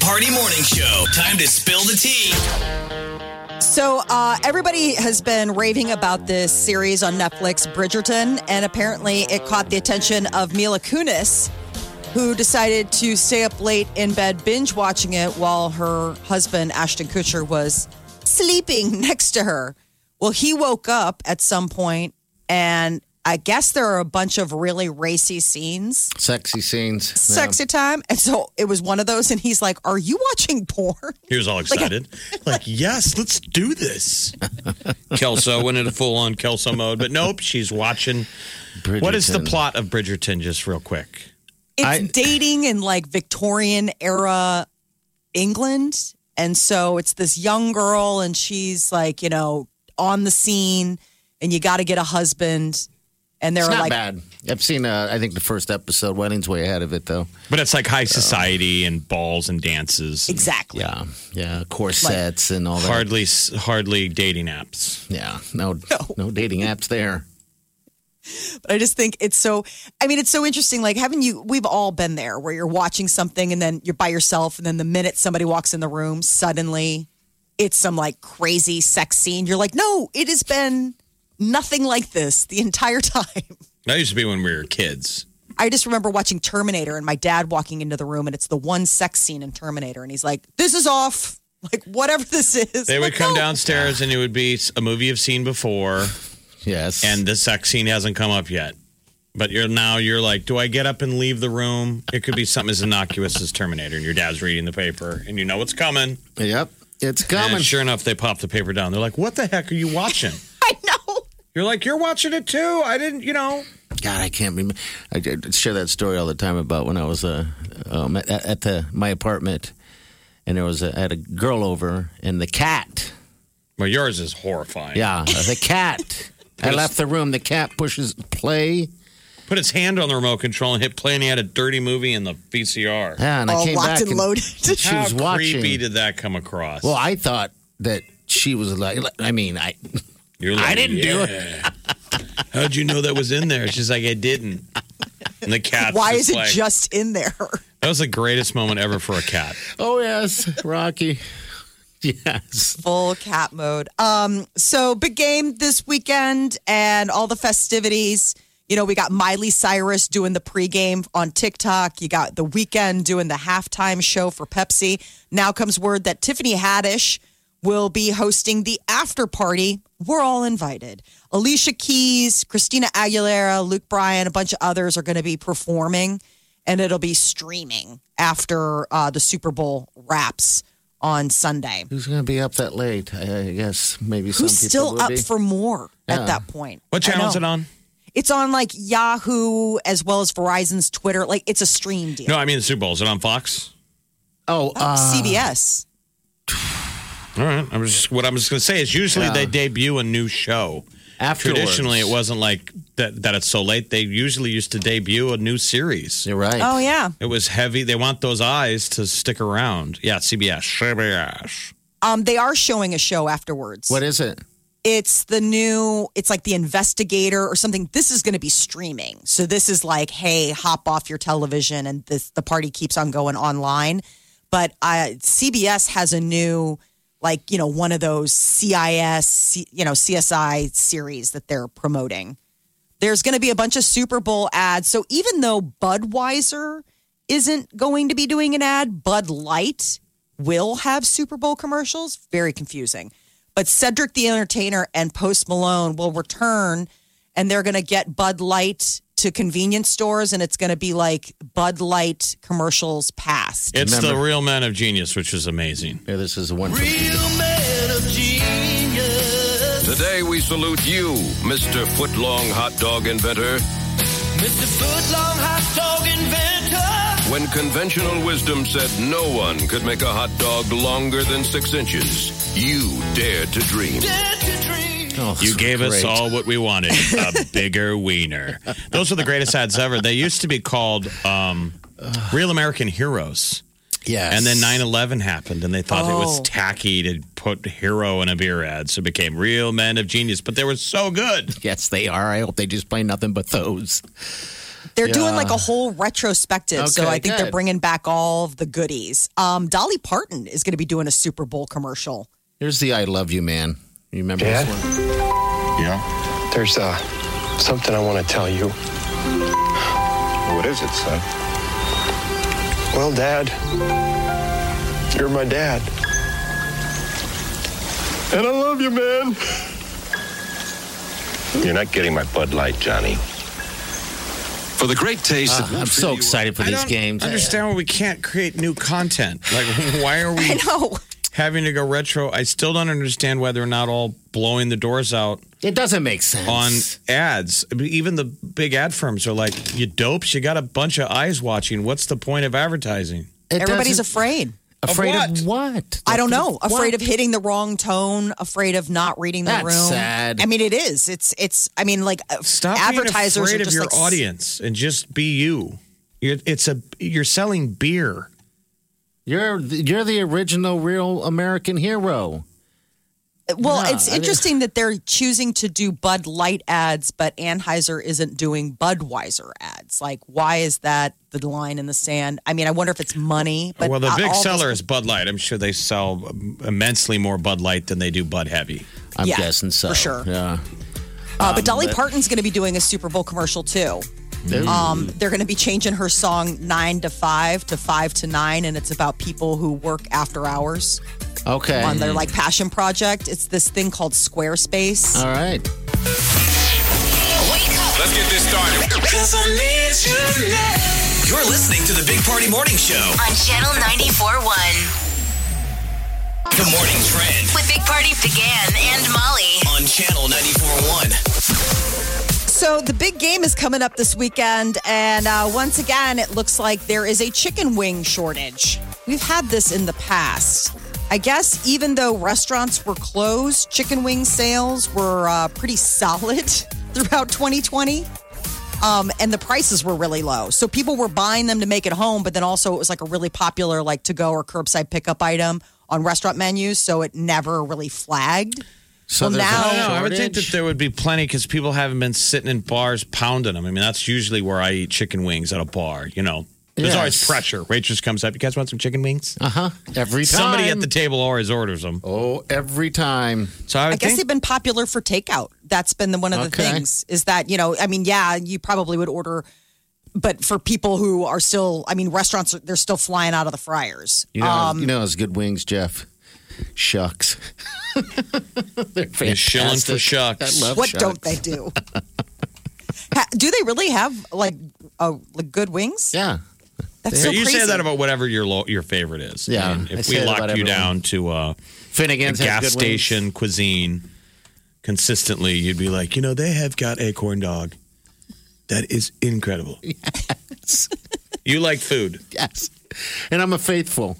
Party Morning Show. Time to spill the tea.
So uh, everybody has been raving about this series on Netflix, Bridgerton, and apparently it caught the attention of Mila Kunis, who decided to stay up late in bed binge watching it while her husband Ashton Kutcher was sleeping next to her. Well, he woke up at some point, and I guess there are a bunch of really racy scenes,
Sexy scenes.
sexy time, and so it was one of those. And he's like, "Are you watching porn?"
He was all excited. like, yes, let's do this. Kelso went into full on Kelso mode, but nope, she's watching.
Yeah.
What is the
Bridgerton.
plot of Bridgerton, just real quick?
It's
I-
dating in like Victorian era England. And so it's this young girl, and she's like, you know, on the scene, and you got to get a husband. And they're
It's not
like,
bad. I've seen, uh, I think, the first episode. Wedding's way ahead of it, though.
But it's like
Oh.
high society and balls and dances. and
exactly.
Yeah, yeah, corsets and all that.
Hardly, hardly dating apps.
Yeah, no, no, dating apps there.
But I just think it's so. I mean, it's so interesting. Like, haven't you? We've all been there where you're watching something, and then you're by yourself, and then the minute somebody walks in the room, suddenly it's some like crazy sex scene. You're like, no, it has been nothing like this the entire time.
That used to be when we were kids.
I just remember watching Terminator and my dad walking into the room, and it's the one sex scene in Terminator, and he's like, "This is off." Like whatever this is,
They
I'm
would
like,
come
"No."
downstairs and it would be a movie you've seen before,
Yes,
and the sex scene hasn't come up yet. But you're now you're like, do I get up and leave the room? It could be something as innocuous as Terminator, and your dad's reading the paper, and you know what's coming.
yep, it's coming.
And sure enough, they pop the paper down. They're like, what the heck are you watching?
I know.
You're like, you're watching it too. I didn't, you know.
God, I can't remember. I, I share that story all the time about when I was uh, um, at, at the my apartment, and there was a, I had a girl over, and the cat.
Well, yours is horrifying.
Yeah, the cat. I left the room. The cat pushes play.
Put his hand on the remote control and hit play, and he had a dirty movie in the VCR.
Yeah, and I
All
came
locked
back
and loaded.
She was
How
watching.
creepy did that come across?
well, I thought that she was like. I mean, I
You're
I
like,
didn't do
"Yeah." How'd you know that was in there? She's like, I didn't. And the cat.
Why is it
like,
just in there?
That was the greatest moment ever for a cat.
Oh yes, Rocky. Yes.
full cat mode. Um, so big game this weekend and all the festivities. You know, we got Miley Cyrus doing the pregame on TikTok. You got the weekend doing the halftime show for Pepsi. Now comes word that Tiffany Haddish will be hosting the after party. We're all invited. Alicia Keys, Christina Aguilera, Luke Bryan, a bunch of others are going to be performing, and it'll be streaming after uh, the Super Bowl wraps on Sunday.
Who's going to be up that late? I, I guess maybe some
Who's
people
still
will
up
be.
for more at that point?
What channel is
I
it
know.
on?
It's on like Yahoo as well as Verizon's Twitter. Like it's a stream deal.
No, I mean the Super Bowl. Is it on Fox?
Oh, uh,
CBS.
All right. I'm just what I'm just going to say is usually they debut a new show.
uh, afterwards.
Traditionally, it wasn't like that. That it's so late. They usually used to debut a new series.
You're right.
Oh yeah.
It was heavy. They want those eyes to stick around. Yeah, CBS. CBS.
Um, they are showing a show afterwards.
What is it?
It's the new. It's like the investigator or something. This is going to be streaming. So this is like, hey, hop off your television, and this the party keeps on going online. But uh, CBS has a new, like you know, one of those CIS, C- you know, CSI series that they're promoting. There's going to be a bunch of Super Bowl ads. So even though Budweiser isn't going to be doing an ad, Bud Light will have Super Bowl commercials. Very confusing. But Cedric the Entertainer and Post Malone will return and they're going to get Bud Light to convenience stores and it's going to be like Bud Light commercials past.
It's the real men of genius, which is amazing.
Yeah, this is the one. from-
Today we salute you, Mr. Footlong Hot Dog Inventor.
Mr. Footlong Hot Dog Inventor.
When conventional wisdom said no one could make a hot dog longer than six inches, you dared to dream.
Dare to dream.
Oh,
You gave us
great.
all what we wanted a bigger wiener. Those were the greatest ads ever. They used to be called um, Real American Heroes.
Yes.
And then 9 11 happened, and they thought it was
Oh.
tacky to put hero in a beer ad. So it became Real Men of Genius. But they were so good.
Yes, they are. I hope they just play nothing but those.
They're doing
Yeah.
like a whole retrospective. so
Okay,
I think they're
good.
bringing back all of the goodies. Um, Dolly Parton is going to be doing a Super Bowl commercial.
Here's the I Love You Man. You remember
Dad?
this one?
There's uh, something I want to tell you.
What is it, son?
Well, Dad, you're my dad. And I love you, man.
You're not getting my Bud Light, Johnny. For the great taste of.
Uh, I'm so excited for these games.
understand why we can't create new content. Like, why are we
No.
having to go retro? I still don't understand why they're not all blowing the doors out
It doesn't make sense.
on ads. I mean, Even the big ad firms are like, "You dopes, you got a bunch of eyes watching. What's the point of advertising?"
It
Everybody's
doesn't-
afraid.
Afraid of what?
I don't know.
What?
Afraid of hitting the wrong tone. Afraid of not reading the
That's
room.
sad.
I mean, it is. It's it's. I mean, like uh,
Stop
advertisers
being
are
afraid
just
of your
like,
audience and just be you. You're, it's a you're selling beer.
You're the, you're the original real American hero.
Well,
Yeah,
it's
I mean-
interesting that they're choosing to do Bud Light ads, but Anheuser isn't doing Budweiser ads. Like, why is that the line in the sand? I mean, I wonder if it's money. But
well, the
uh,
big
all of
seller
us-
is Bud Light. I'm sure they sell immensely more Bud Light than they do Bud Heavy.
I'm Yeah, guessing so. for sure.
Yeah.
Uh, but
Um,
Dolly
but-
Parton's going to be doing a Super Bowl commercial too.
Ooh.
Um, they're going to be changing her song nine to five to five to nine, and it's about people who work after hours
Okay.
on their like passion project. It's this thing called Squarespace.
All right.
Let's get this started. You're listening to the Big Party Morning Show.
On Channel 94.1
The Morning Trend
with Big Party began and Molly.
on Channel 94.1.
So the big game is coming up this weekend, and uh, once again, it looks like there is a chicken wing shortage. We've had this in the past. I guess even though restaurants were closed, chicken wing sales were uh, pretty solid throughout 2020. Um, and the prices were really low. So people were buying them to make it home, but then also it was like a really popular like to go or curbside pickup item on restaurant menus. So it never really flagged. well,
I don't
now
know. I would think that there would be plenty because people haven't been sitting in bars pounding them. I mean, that's usually where I eat chicken wings at a bar. You know, there's always
Yes.
pressure. Waitress comes up. You guys want some chicken wings?
Uh huh. Every time.
Somebody at the table always orders them.
Oh, every time.
So I
I
would
guess
think
they've been popular for takeout. That's been the, one of the
Okay.
things is that, you know, I mean, yeah, you probably would order, but for people who are still, I mean, restaurants, are- they're still flying out of the fryers. Uh,
You know, you know, it's good wings, Jeff. Shucks. They're
You're shilling for
fantastic.
shucks.
I love
what
shucks.
don't they do? Ha- do they really have like, uh, like good wings?
Yeah.
That's
But
so
you
crazy.
say that about whatever your lo- your favorite is.
Yeah,
I mean,
I
if
say
we
that
lock
about
you
everyone.
down to uh,
Finnegan's
a
has
gas
good wings.
station cuisine consistently, you'd be like, you know, they have got a corn dog that is incredible. you like food.
Yes. And I'm a faithful.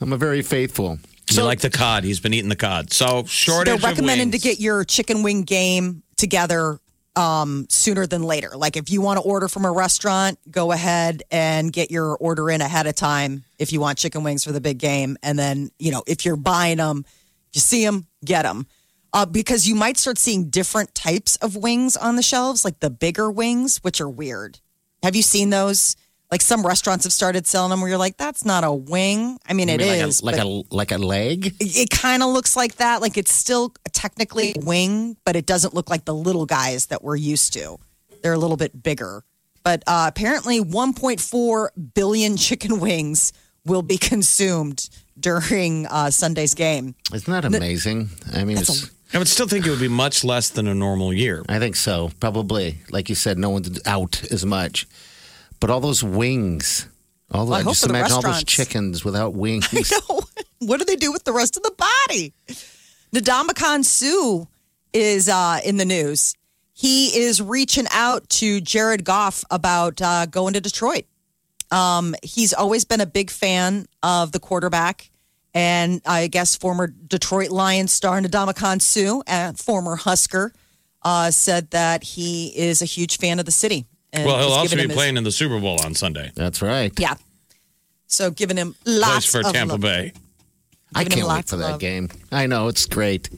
I'm a very faithful.
you like the cod. He's been eating the cod. So shortage
They're recommending
of
to
wings.
get your chicken wing game together um, sooner than later. Like if you want to order from a restaurant, go ahead and get your order in ahead of time if you want chicken wings for the big game. And then, you know, if you're buying them, if you see them, get them. Uh, because you might start seeing different types of wings on the shelves, like the bigger wings, which are weird. Have you seen those? Like some restaurants have started selling them where you're like, that's not a wing. I mean,
You
it
mean
is
like
but-
a, like a like a leg.
it, it kind of looks like that. Like it's still technically a wing, but it doesn't look like the little guys that we're used to. They're a little bit bigger. But uh, apparently, 1.4 billion chicken wings will be consumed during uh, Sunday's game.
Isn't that amazing? I mean, it's,
I would still think it would be much less than a normal year.
I think so. Probably, like you said, no one's out as much. But all those wings, all the,
Well, I hope
just
for the
imagine all those
restaurants.
chickens without wings.
what do they do with the rest of the body? Nadamakan Sue is uh, in the news. He is reaching out to Jared Goff about uh, going to Detroit. Um, he's always been a big fan of the quarterback. And I guess former Detroit Lions star Nadamakan Sue, uh, former Husker, uh, said that he is a huge fan of the city. And
well, he'll
he's
also
given
be
him his-
playing in the Super Bowl on Sunday.
That's right.
Yeah. So giving him
Plays
lots
for
of
Tampa
love.
Bay.
I
Giving him
can't wait
lots
for
of
that
love.
game. I know it's great.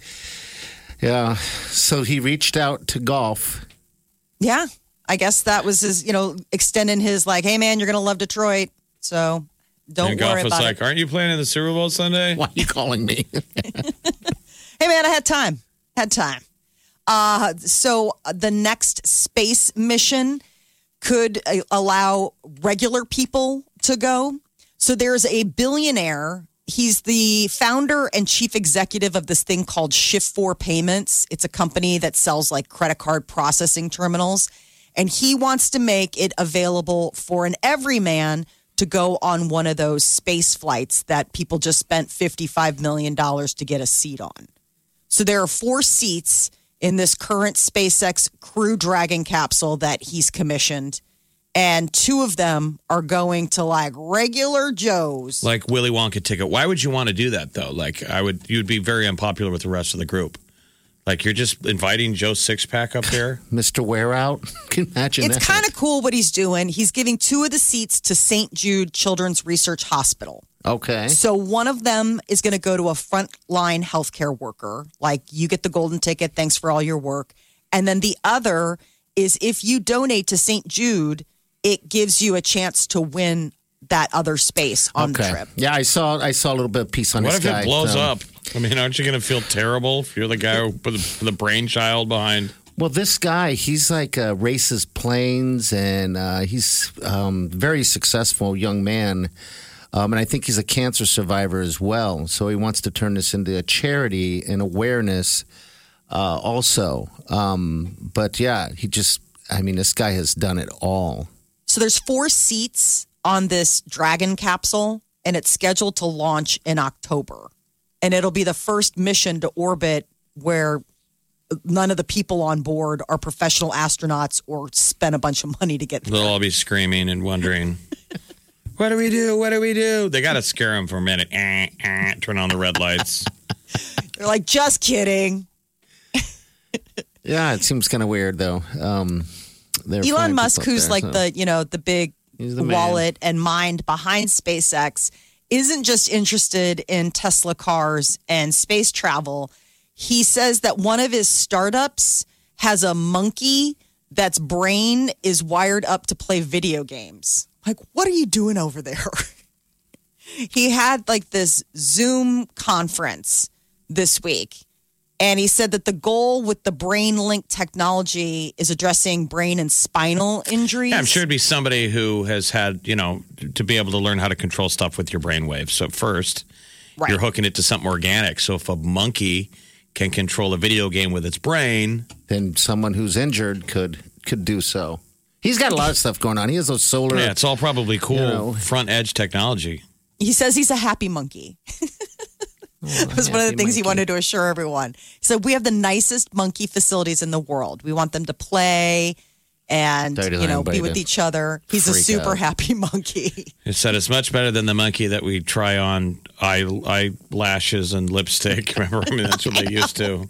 Yeah. So he reached out to golf.
Yeah. I guess that was his, you know, extending his like, hey man, you're gonna love Detroit. So don't
and
worry
golf was
about
like,
it.
aren't you playing in the Super Bowl Sunday?
Why are you calling me?
Hey man, I had time. Had time. Uh so the next space mission could uh, allow regular people to go. So there's a billionaire. He's the founder and chief executive of this thing called Shift 4 Payments. It's a company that sells like credit card processing terminals. And he wants to make it available for an everyman to go on one of those space flights that people just spent $55 million to get a seat on. So there are four seats in this current SpaceX Crew Dragon capsule that he's commissioned. and two of them are going to like regular Joe's.
Like Willy Wonka ticket. Why would you want to do that though? Like I would, you'd be very unpopular with the rest of the group. Like you're just inviting Joe Sixpack up there,
Mister Wear Out. Can you imagine
It's
that?
kind of cool what he's doing. He's giving two of the seats to St. Jude Children's Research Hospital.
okay.
So one of them is going to go to a frontline healthcare worker, like you get the golden ticket, thanks for all your work. And then the other is if you donate to St. Jude, it gives you a chance to win that other space on
okay.
the trip.
Yeah, I saw I saw a little bit of piece on
What
this
if
guy,
it blows
um,
up? I mean, aren't you going to feel terrible if you're the guy with the, the brainchild behind?
Well, this guy, he's like uh, races planes, and uh, he's um, very successful young man, um, and I think he's a cancer survivor as well. So he wants to turn this into a charity and awareness, uh, also. Um, but yeah, he just, I mean, this guy has done it all.
So there's four seats on this Dragon capsule, and it's scheduled to launch in October. And it'll be the first mission to orbit where none of the people on board are professional astronauts or spent a bunch of money to get there.
They'll all be screaming and wondering, "What do we do? What do we do?" They got to scare him for a minute. Eh, eh, turn on the red lights.
They're like, just kidding.
Yeah, it seems kind of weird though. Um, there are
Elon
flying
Musk,
people up
who's
there,
like
so-
the you know the big
He's the man.
wallet and mind behind SpaceX, isn't just interested in Tesla cars and space travel. He says that one of his startups has a monkey that's brain is wired up to play video games. Like, what are you doing over there? he had like this Zoom conference this week. And he said that the goal with the brain link technology is addressing brain and spinal injuries.
Yeah, I'm sure it'd be somebody who has had, you know, to be able to learn how to control stuff with your brainwaves. So first,
Right.
you're hooking it to something organic. So if a monkey can control a video game with its brain,
then someone who's injured could could do so. He's got a lot of stuff going on. He has those solar.
yeah, it's all probably cool
You know.
front edge technology.
He says he's a happy monkey. That was one of the things he wanted to assure everyone. He said, We have the nicest monkey facilities in the world. We want them to play and
Don't
you know
anybody
be with
to
each other. He's a
freak
super
out.
happy monkey.
It said it's much better than the monkey that we try on eye eyelashes and lipstick. Remember, I mean that's what they used to.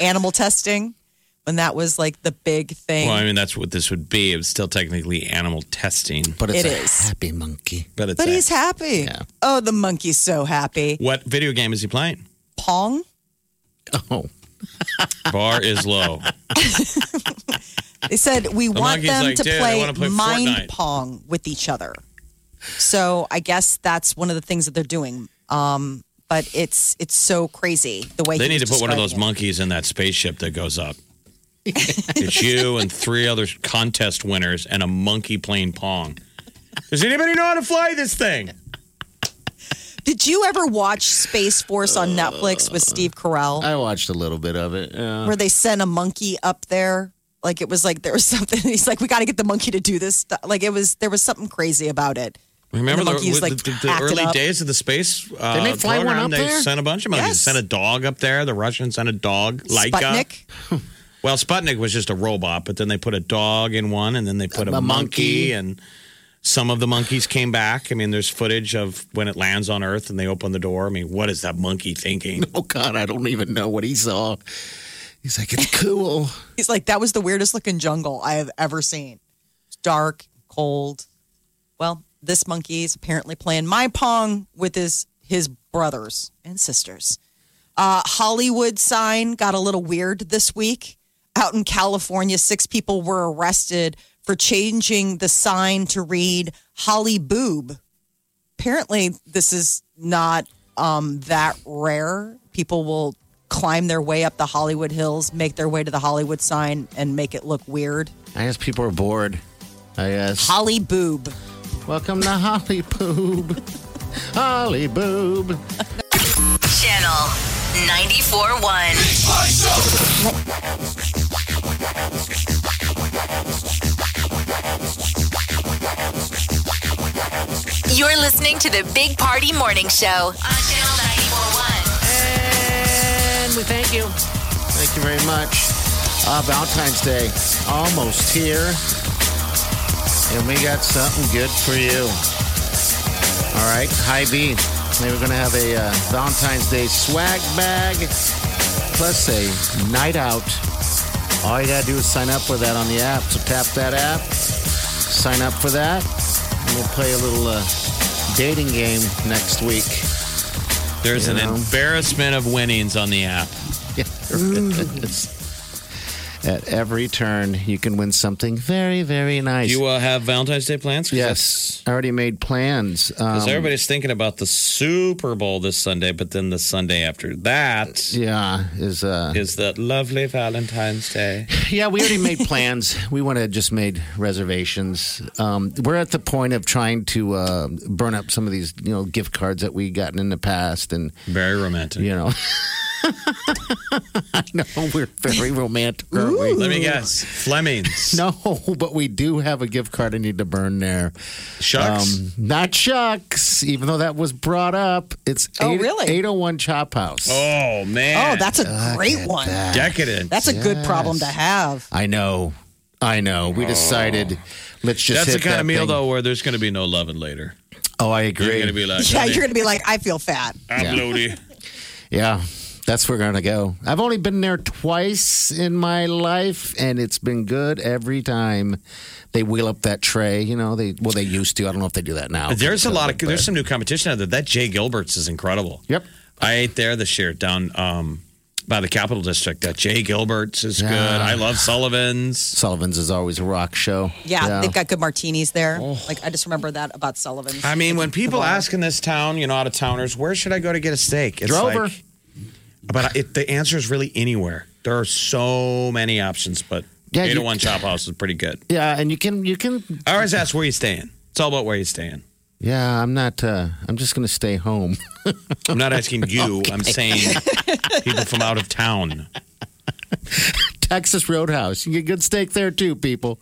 Animal testing, when that was like the big thing.
Well, I mean that's what this would be. It was still technically animal testing,
but
it's It a is.
happy monkey.
But it's
but
a-
he's happy. Oh, the monkey's so happy.
what video game is he playing?
Pong.
Oh,
Bar is low.
They said we
The
want
monkey's
them
like,
to
"Dude, I
play,
wanna play
mind
Fortnite."
pong with each other. So I guess that's one of the things that they're doing. Um, but it's it's so crazy the way
They
he
need to
was
put one of those
describing
monkeys in that spaceship that goes up. it's you and three other contest winners and a monkey playing pong. Does anybody know how to fly this thing?
it. Did you ever watch Space Force on Netflix with Steve Carell,
I watched a little bit of it. Uh, Yeah.
where they sent a monkey up there? Like it was like there was something. He's like, we got to get the monkey to do this. stuff." Like it was there was something crazy about it. And
Remember the,
the monkey's,
the,
like,
the- the
acting
early
up.
days of the space uh,
Didn't they fly one
program?
up
they
there?
sent a bunch of monkeys.
Yes.
They sent a dog up there. The Russians sent a dog. Laika.
Sputnik.
Well, Sputnik was just a robot, but then they put a dog in one, and then they put a,
A monkey.
monkey, and some of the monkeys came back. I mean, there's footage of when it lands on Earth and they open the door. I mean, what is that monkey thinking?
Oh God, I don't even know what he saw. He's like, it's cool.
He's like, that was the weirdest looking jungle I have ever seen. It's dark, cold. Well, this monkey's apparently playing my pong with his his brothers and sisters. Uh, Hollywood sign got a little weird this week. Out in California, six people were arrested for changing the sign to read Holly Boob. Apparently, this is not um, that rare. People will climb their way up the Hollywood Hills, make their way to the Hollywood sign, and make it look weird.
I guess people are bored. I guess.
Holly Boob. Oh,
Welcome to Holly Boob. Holly Boob.
Channel 94.1. You're listening to the Big Party Morning Show on Channel 94.1.
And we thank you. Thank you very much. Uh, Valentine's Day almost here. And we got something good for you. All right, High B. They were going to have a uh, Valentine's Day swag bag plus a night out. All you got to do is sign up for that on the app. So tap that app, sign up for that, and we'll play a little uh, dating game next week.
There's
You
an
know?
embarrassment of winnings on the app.
Yeah, there is. At every turn, you can win something very, very nice.
Do you uh, have Valentine's Day plans? 'Cause
yes, I already made plans.
Because
Um,
everybody's thinking about the Super Bowl this Sunday, but then the Sunday after that
yeah, is uh,
is that lovely Valentine's Day.
yeah, we already made plans. We want to just made reservations. Um, we're at the point of trying to uh, burn up some of these, you know, gift cards that we gotten in the past, and
Very romantic.
you know, I know we're very romantic, aren't we?
Let me guess. Flemings.
No, but we do have a gift card I need to burn there.
Shucks.
not shucks, even though that was brought up. It's
Oh, really?
801 Chop House.
oh, man.
Oh, that's a great one.
decadent.
That's a good problem to have.
I know. I know. We decided let's just
Oh. That's the
hit
kind
that
of meal,
thing.
though, where there's going to be no loving later.
Oh, I
You're
agree.
going to be like,
Yeah,
"Honey,
you're gonna be like, I feel fat.
I'm
Yeah.
loady.
yeah. That's where we're going to go. I've only been there twice in my life and it's been good every time. They wheel up that tray, you know, they well they used to. I don't know if they do that now.
There's a lot of,
But-
there's some new competition out there. That Jay Gilbert's is incredible.
Yep.
I ate there this year down um, by the Capitol District. That Jay Gilbert's is
Yeah.
good. I love Sullivan's.
Sullivan's is always a rock show.
Yeah, they've got good martinis there. Like I just remember that about Sullivan's.
I mean, when people ask in this town, you know, out of towners, where should I go to get a steak? It's
Drover.
like- but it, the answer is really anywhere. There are so many options, but
Yeah, you-
801 Chop House is pretty good.
Yeah, and you can you can
I always ask where you staying. It's all about where you staying.
Yeah, I'm not uh I'm just going to stay home.
I'm not asking you. I'm saying people from out of town.
Texas Roadhouse. You can get good steak there too, people.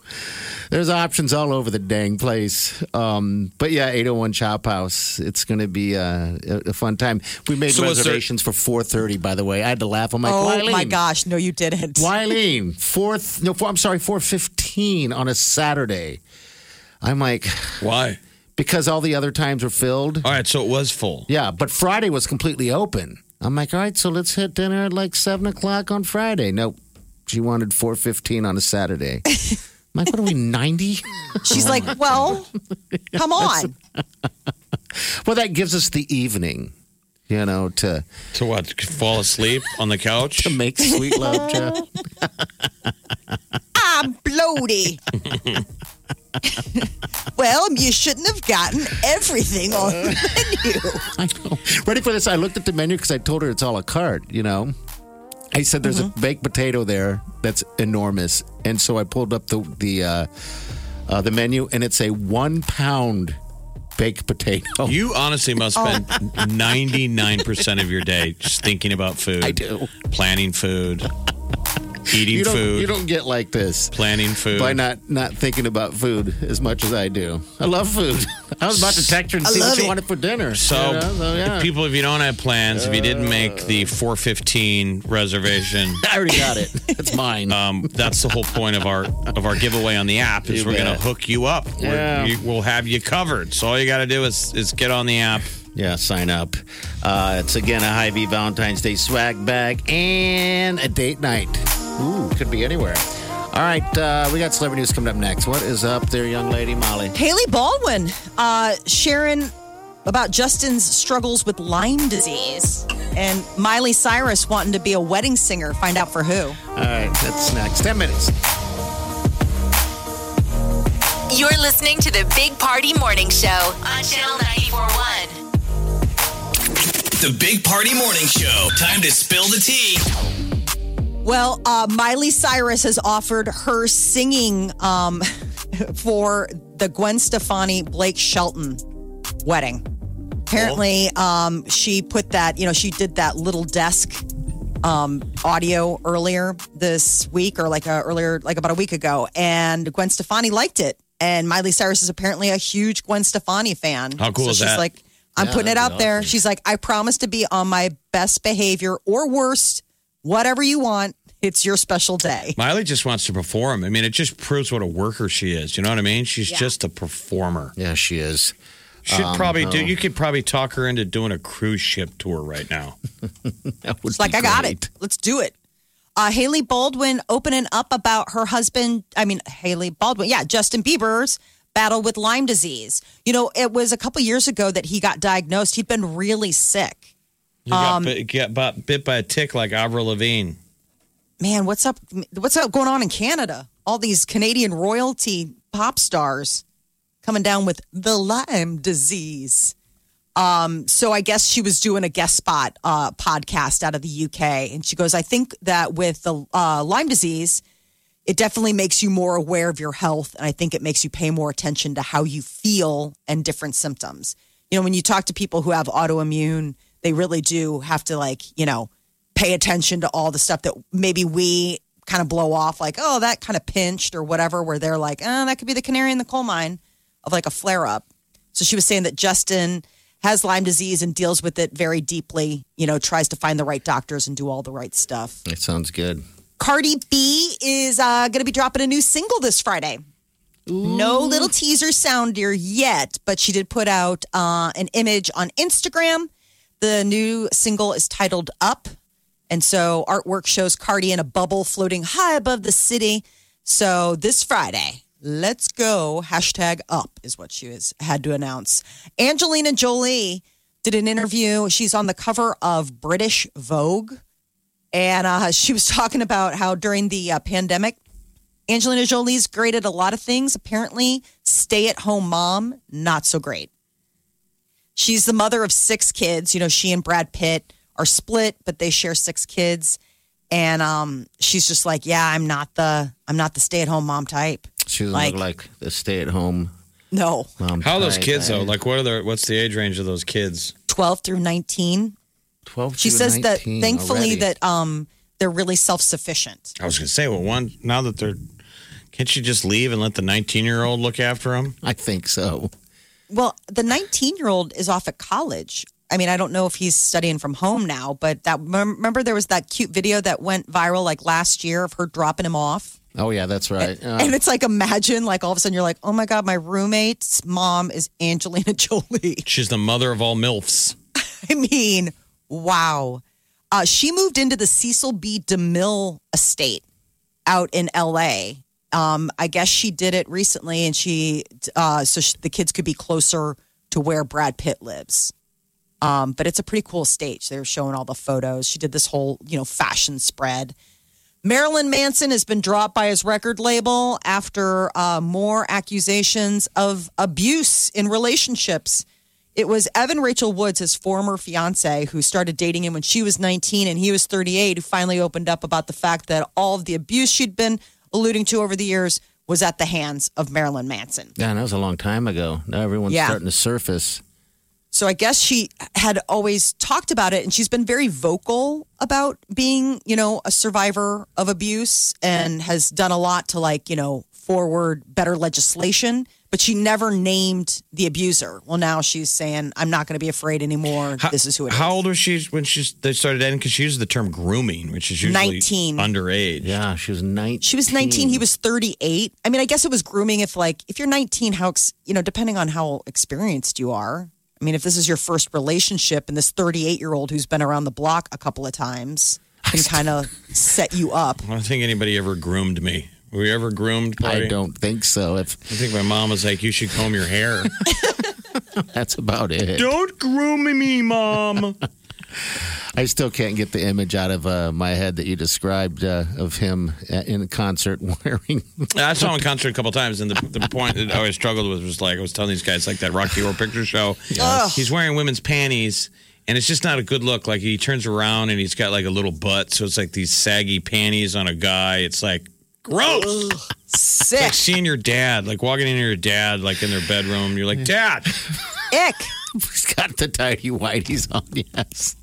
There's options all over the dang place. Um, but yeah, 801 Chop House. It's going to be uh, a, a fun time. We made
So is there-
reservations for 4:30. By the way, I had to laugh. I'm like,
oh
Wileen,
my gosh, no, you didn't.
Wileen, fourth. No, four, I'm sorry, 4:15 on a Saturday. I'm like,
Why?
because all the other times were filled.
All right, so it was full.
Yeah, but Friday was completely open. I'm like, all right, so let's hit dinner at like seven o'clock on Friday. Nope. She wanted four fifteen on a Saturday. I'm like, what are we, ninety?
She's like, well, come on.
Well, that gives us the evening, you know, to
To what? Fall asleep on the couch?
to make sweet love, Jeff.
I'm bloaty. well, you shouldn't have gotten everything on the menu.
I know. Ready for this? I looked at the menu because I told her it's all a cart, you know. I said there's a baked potato there that's enormous, and so I pulled up the the uh, uh, the menu, and it's a one pound baked potato.
You honestly must spend
Oh.
99% of your day just thinking about food.
I do.
Planning food, eating
you don't,
food,
You don't get like this
planning food.
by not not thinking about food as much as I do. I love food. I was about to text her and see what
love
you
it.
wanted for dinner.
So,
you know, so, yeah. Uh.
people, if you don't have plans, if you didn't make the 415 reservation,
I already got it. It's mine.
um, that's the whole point of our of our giveaway on the app is
You
we're going to
bet.
hook you up. We're-
Yeah.
you- we'll have you covered. So all you got to do is is get on the app.
yeah, sign up. Uh, it's again a high V Valentine's Day swag bag and a date night. Ooh, could be anywhere. All right, uh, we got celebrity news coming up next. What is up there, young lady Molly?
Haley Baldwin, uh, Sharon about Justin's struggles with Lyme disease, and Miley Cyrus wanting to be a wedding singer. Find out for who.
All right, that's next. Ten minutes.
You're listening to the Big Party Morning Show on Channel 941.
The Big Party Morning Show. Time to spill the tea.
Well, uh, Miley Cyrus has offered her singing um, for the Gwen Stefani Blake Shelton wedding. Apparently,
Oh.
um, she put that, you know, she did that little desk um, audio earlier this week or like uh earlier, like about a week ago. And Gwen Stefani liked it. And Miley Cyrus is apparently a huge Gwen Stefani fan.
How cool
so
is
she's
that?
like, I'm
Yeah,
putting it
that'd
out
be
there.
awesome.
She's like, I promise to be on my best behavior or worst, whatever you want. It's your special day.
Miley just wants to perform. I mean, it just proves what a worker she is. You know what I mean? She's just a performer.
Yeah, she is.
Should
Um,
probably do.
oh.
You could probably talk her into doing a cruise ship tour right now.
It's like, I got it. Let's do it. Uh, Haley Baldwin opening up about her husband. I mean, Haley Baldwin. Yeah, Justin Bieber's battle with Lyme disease. You know, it was a couple years ago that he got diagnosed. He'd been really sick.
You got, bit, get bu- bit by a tick like Avril Lavigne.
Man, what's up? What's up going on in Canada? All these Canadian royalty pop stars coming down with the Lyme disease. Um, so I guess she was doing a guest spot uh, podcast out of the UK, and she goes, "I think that with the uh, Lyme disease, it definitely makes you more aware of your health, and I think it makes you pay more attention to how you feel and different symptoms. You know, when you talk to people who have autoimmune, they really do have to like, you know, pay attention to all the stuff that maybe we kind of blow off, like, oh, that kind of pinched or whatever. Where they're like, oh, that could be the canary in the coal mine of like a flare up. So she was saying that Justin has Lyme disease and deals with it very deeply, you know, tries to find the right doctors and do all the right stuff.
It sounds good.
Cardi B is uh, going to be dropping a new single this Friday. No little teaser sounder yet, but she did put out uh, an image on Instagram. The new single is titled Up. And so artwork shows Cardi in a bubble floating high above the city. So this Friday, let's go. Hashtag up is what she is, had to announce. Angelina Jolie did an interview. She's on the cover of British Vogue. And uh, she was talking about how during the uh, pandemic, Angelina Jolie's great at a lot of things. Apparently, stay at home mom, not so great. She's the mother of six kids. You know, she and Brad Pitt are split, but they share six kids. And um, she's just like, yeah, I'm not the I'm not the stay at home mom type.
She doesn't
Like-
look like a stay at home
No,
mom.
How are those
type.
kids though?
I-
Like, what are their? What's the age range of those kids?
12 through 19.
12
She
through
says that
19
thankfully
already.
that um, they're really self sufficient.
I was gonna say, well, one now that they're, can't you just leave and let the nineteen-year-old look after them?
I think so.
Well, the 19 year old is off at college. I mean, I don't know if he's studying from home now, but that remember there was that cute video that went viral like last year of her dropping him off.
Oh yeah, that's right. Uh,
and it's like imagine like all of a sudden you're like, "Oh my god, my roommate's mom is Angelina Jolie."
She's the mother of all milfs.
I mean, wow. Uh, she moved into the Cecil B. DeMille estate out in L.A. Um, I guess she did it recently, and she uh, so sh the kids could be closer to where Brad Pitt lives. Um, but it's a pretty cool stage. They were showing all the photos. She did this whole you know fashion spread. Marilyn Manson has been dropped by his record label after uh, more accusations of abuse in relationships. It was Evan Rachel Woods, his former fiance, who started dating him when she was 19 and he was 38, who finally opened up about the fact that all of the abuse she'd been alluding to over the years was at the hands of Marilyn Manson.
yeah, that was a long time ago. Now everyone's
Yeah.
starting to surface.
So I guess she had always talked about it and she's been very vocal about being, you know, a survivor of abuse and has done a lot to like, you know, forward better legislation, but she never named the abuser. Well, now she's saying, I'm not going to be afraid anymore. this is who it is.
How old was she when she they started dating? Because she uses the term grooming, which is usually
19.
underage.
Yeah, Uh, she was 19.
She was 19, he was 38. I mean, I guess it was grooming if like if you're 19 how ex- you know, depending on how experienced you are. I mean, if this is your first relationship and this 38-year-old who's been around the block a couple of times can kind of set you up.
I don't think anybody ever groomed me. Were you ever groomed?
I
Party?
don't think so. If
I think my mom was like, "You should comb your hair."
that's about it.
don't groom me, mom.
I still can't get the image out of uh, my head that you described uh, of him at, in concert wearing.
I saw him in concert a couple times, and the, the point that I always struggled with was like I was telling these guys like that Rocky Horror Picture Show. He's wearing women's panties, and it's just not a good look. Like he turns around and he's got like a little butt, so it's like these saggy panties on a guy. It's like gross.
Sick.
Like seeing your dad, like walking into your dad, like in their bedroom. You're like, Dad,
Ick.
He's got the tidy whiteys on. Yes.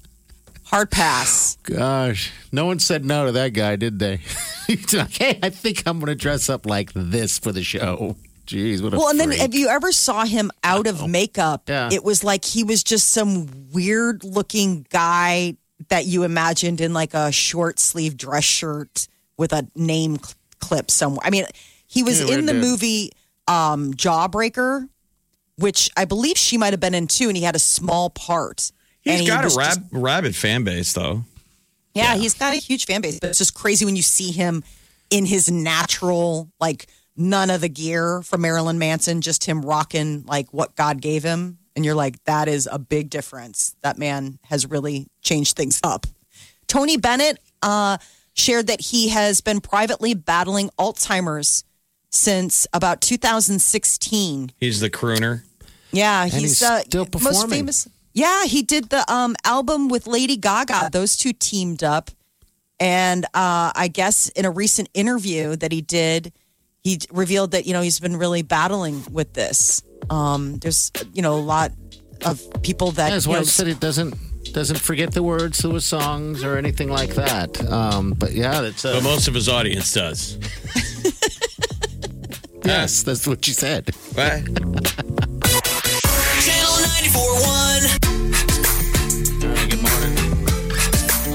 Hard pass.
Gosh, no one said no to that guy, did they? He's like, hey, I think I'm going to dress up like this for the show. Jeez, what a
Well, and then
freak.
if you ever saw him out of makeup,
Yeah.
it was like he was just some weird-looking guy that you imagined in like a short sleeve dress shirt with a name cl- clip somewhere. I mean, he was
Yeah, weird
in the
dude.
movie um, Jawbreaker, which I believe she might have been in too, and he had a small part. And he
He's got
was
a
just-
rab- rabid fan base, though.
yeah, he's got a huge fan base, but it's just crazy when you see him in his natural, like none of the gear from Marilyn Manson, just him rocking like what God gave him. And you're like, that is a big difference. That man has really changed things up. Tony Bennett uh, shared that he has been privately battling Alzheimer's since about 2016.
He's the crooner.
Yeah,
And
he's,
he's
uh,
still
most
performing.
famous. Yeah, he did the um, album with Lady Gaga. Those two teamed up, and uh, I guess in a recent interview that he did, he d- revealed that you know he's been really battling with this. Um, there's you know a lot of people that
His
you know,
wife said it doesn't doesn't forget the words to his songs or anything like that. Um, but yeah, that's uh,
But most of his audience does.
yes, that's what you said.
Right.
Channel 94.1.
good morning.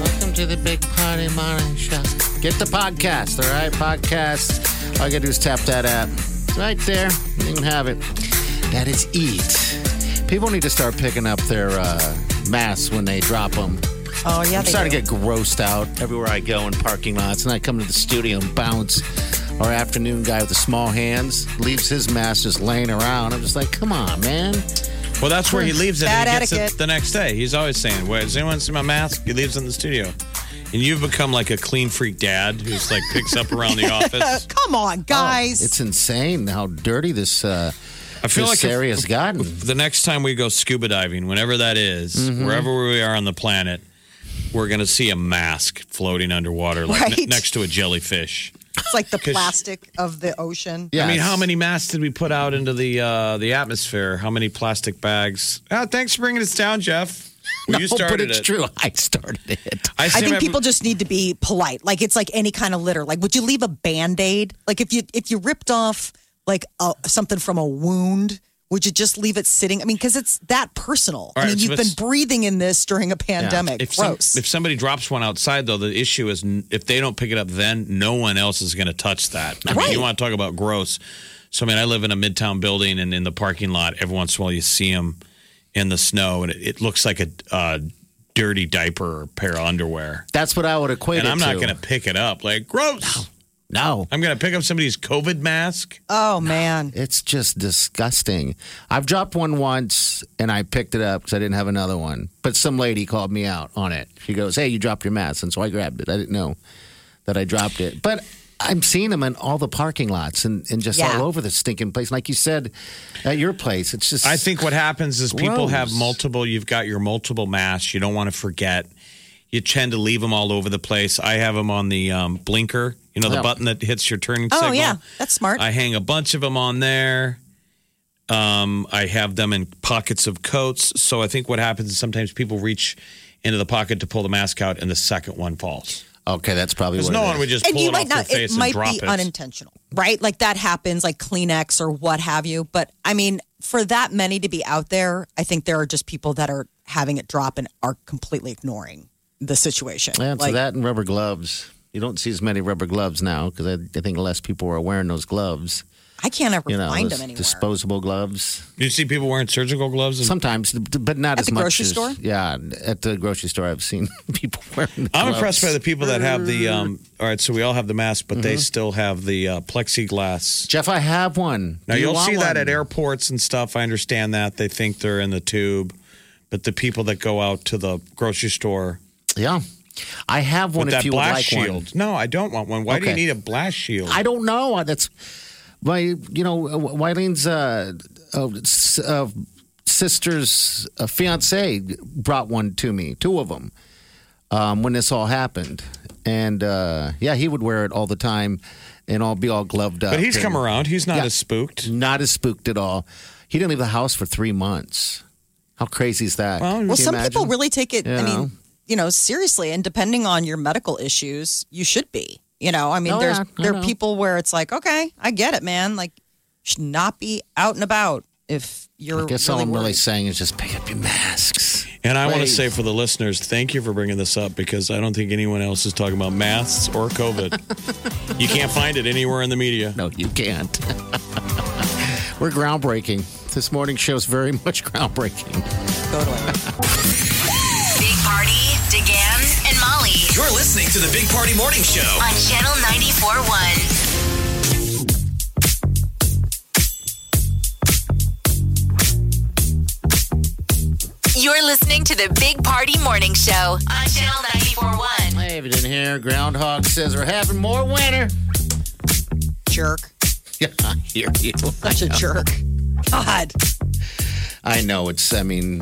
Welcome to the Big Party Morning Show. Get the podcast, all right? Podcast. All you gotta do is tap that app. It's right there. You can have it. That is eat. People need to start picking up their uh, masks when they drop them.
Oh yeah,
I'm
they
starting
do.
to get grossed out everywhere I go in parking lots, and I come to the studio and bounce. Our afternoon guy with the small hands leaves his mask just laying around. I'm just like, come on, man.
Well, that's where he leaves it. and
Bad
he gets
etiquette.
it the next day. He's always saying, "Wait, has anyone seen my mask?" He leaves it in the studio, and you've become like a clean freak dad who's like picks up around the office.
Come on, guys.
Oh, It's insane how dirty this. Uh,
I feel
this
like if-
area's gotten.
The next time we go scuba diving, whenever that is,
Mhm.
wherever we are on the planet, we're going to see a mask floating underwater, like ne-
Right.
next to a jellyfish.
It's like the plastic of the ocean.
I mean, how many masks did we put out into the uh, the atmosphere? How many plastic bags? Ah, thanks for bringing us down, Jeff. Well, you
No,
started
but it's
it.
true. I started it.
I,
I
seem
think
to have-
people just need to be polite. Like it's like any kind of litter. Like would you leave a band-aid? Like if you if you ripped off like a, something from a wound, would you just leave it sitting? I mean, because it's that personal.
All
I
right,
mean,
so
you've been
it's-
breathing in this during a
Yeah.
pandemic.
If, some-
Gross.
if somebody drops one outside, though, the issue is n- if they don't pick it up, then no one else is going to touch that. I mean, you want to talk about gross. So, I mean, I live in a midtown building, and in the parking lot, every once in a while, you see them in the snow, and it, it looks like a uh, dirty diaper or pair of underwear.
That's what I would equate
and
it
I'm not
to.
going to pick it up. Like, gross.
No.
I'm going to pick up somebody's COVID mask.
Oh man,
it's just disgusting. I've dropped one once and I picked it up because I didn't have another one. But some lady called me out on it. She goes, "Hey, you dropped your mask," and so I grabbed it. I didn't know that I dropped it, but. I'm seeing them in all the parking lots and, and just
Yeah.
all over the stinking place. Like you said, at your place, it's just.
I think what happens is people
Gross.
have multiple. You've got your multiple masks. You don't want to forget. You tend to leave them all over the place. I have them on the um, blinker. You know the
Yeah.
button that hits your turning
oh
signal.
yeah, that's smart.
I hang a bunch of them on there. Um, I have them in pockets of coats. So I think what happens is sometimes people reach into the pocket to pull the mask out, and the second one falls.
Okay, that's probably
because no one would just pull it off their face
it might
and drop
be
it.
unintentional, right? Like that happens, like Kleenex or what have you. But I mean, for that many to be out there, I think there are just people that are having it drop and are completely ignoring the situation.
Yeah, so
Like-
that and rubber gloves. You don't see as many rubber gloves now because I, I think less people are wearing those gloves.
I can't ever
you know,
find
those
them anywhere.
Disposable gloves.
You see people wearing surgical gloves
sometimes, but not
Mm. At
as
the
much.
grocery
as-
store?
Yeah, at the grocery store, I've seen people wearing. The
I'm
gloves.
impressed by the people that have the. Um, all right, so we all have the mask, but
Mm-hmm.
they still have the uh, plexiglass.
Jeff, I have one.
Now
Do you
you'll
want
see that
one?
at airports and stuff. I understand that they think they're in the tube, but the people that go out to the grocery store,
yeah, I have one.
With
if
that
you would like
blast
one.
shield. No, I don't want one. Why do you
Okay.
need a blast shield?
I don't know. That's my, you know, Wylene's uh, uh, s- uh, sister's uh, fiance brought one to me, two of them, um, when this all happened. And uh, yeah, he would wear it all the time and all be all gloved up.
But he's
And-
come around. He's not as spooked.
Not as spooked at all. He didn't leave the house for three months. How crazy is that?
Well,
Can you
some people
imagine?
really take it. I
You
mean,
know?
you know, seriously, and depending on your medical issues, you should be. You know, I mean,
Oh,
there's
yeah, I
there are
know.
people where it's like, okay, I get it, man. Like, should not be out and about if you're.
I guess
really
all I'm
worried.
really saying is just pick up your masks.
And I want to say for the listeners, thank you for bringing this up because I don't think anyone else is talking about masks or COVID. you can't find it anywhere in the media.
No, you can't. We're groundbreaking. This morning show's very much groundbreaking.
Big Party, DeGan, and Molly
You're listening to the Big Party Morning Show.
on Channel 94.1. You're listening to the Big Party Morning Show on Channel 94.1.
Hey, if you didn't hear, Groundhog says we're having more winter.
Jerk.
Yeah, I hear you.
Such a jerk. God.
I know it's. I mean,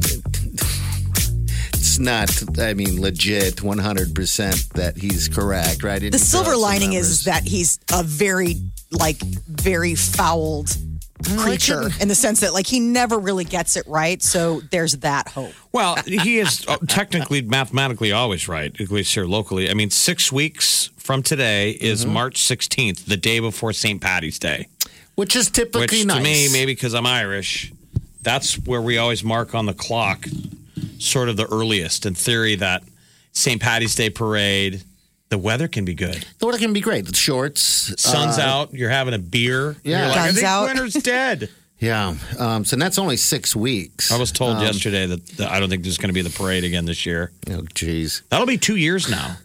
it's not. I mean, legit, one hundred percent that he's correct, right?
The silver lining is that he's a very, like, very fouled
Mm,
creature in the sense that, like, he never really gets it right. So there's that hope.
Well, he is uh, technically, mathematically, always right, at least here locally. I mean, six weeks from today is
Mm-hmm.
March 16th, the day before St. Patty's Day.
which is typically
Which
nice.
to me, maybe because I'm Irish, that's where we always mark on the clock, sort of the earliest in theory that St. Patty's Day parade, the weather can be good.
the weather can be great. The shorts,
Sun's
uh,
out, you're having a beer.
Yeah.
You're like, I
Sun's
think
out.
winter's dead.
Yeah. Um, so that's only six weeks.
I was told
Um,
yesterday that, that I don't think there's going to be the parade again this year.
Oh, jeez.
That'll be two years now.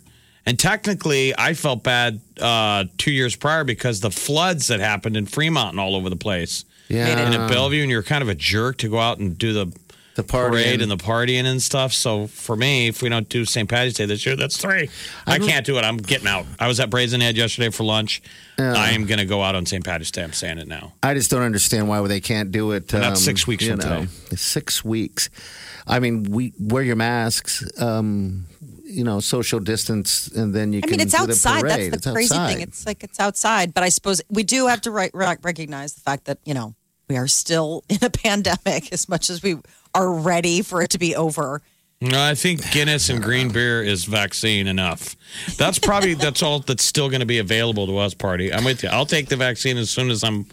And technically, I felt bad uh, two years prior because the floods that happened in Fremont and all over the place.
Yeah.
And at Bellevue, and you're kind of a jerk to go out and do the
The party
parade and the partying and stuff. So for me, if we don't do St. Patty's Day this year, that's three. I can't do it. I'm getting out. I was at Brazen Head yesterday for lunch. I am going to go out on St. Patty's Day. I'm saying it now.
I just don't understand why they can't do it. um,
And that's six weeks
you
from
know,
today.
Six weeks. I mean, we wear your masks. Um, you know, social distance, and then you.
I
can
mean, it's
do
outside.
The
That's
parade.
the
It's
crazy
outside.
thing. It's like it's outside, but I suppose we do have to ri- ri- recognize the fact that you know we are still in a pandemic. As much as we are ready for it to be over,
No, I think Guinness and green beer is vaccine enough. That's probably that's all that's still going to be available to us. Party, I'm with you. I'll take the vaccine as soon as I'm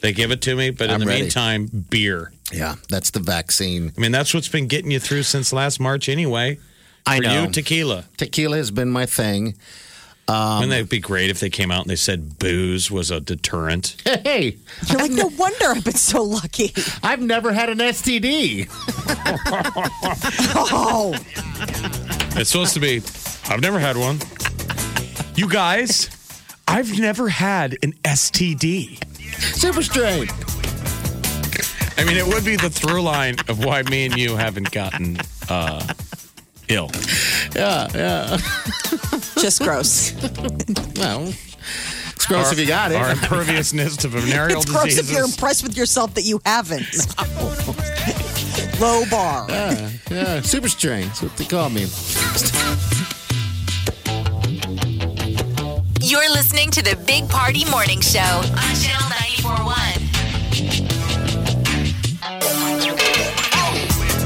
they give it to me. But in
I'm
the
ready.
meantime, beer.
yeah, that's the vaccine.
I mean, that's what's been getting you through since last March anyway.
I
For
know.
you, tequila.
Tequila has been my thing. Um,
Wouldn't that be great if they came out and they said booze was a deterrent?
Hey,
you're like, no wonder I've been so lucky.
I've never had an STD.
Oh,
It's supposed to be. I've never had one. You guys, I've never had an STD.
Super straight.
I mean, it would be the through line of why me and you haven't gotten uh, ill.
just gross.
Well, it's gross if you got it.
Our imperviousness to venereal
it's gross if you're
diseases.
impressed with yourself that you haven't. Low bar.
Yeah, super strain. That's what they call me.
You're listening to the Big Party Morning Show on Channel 941.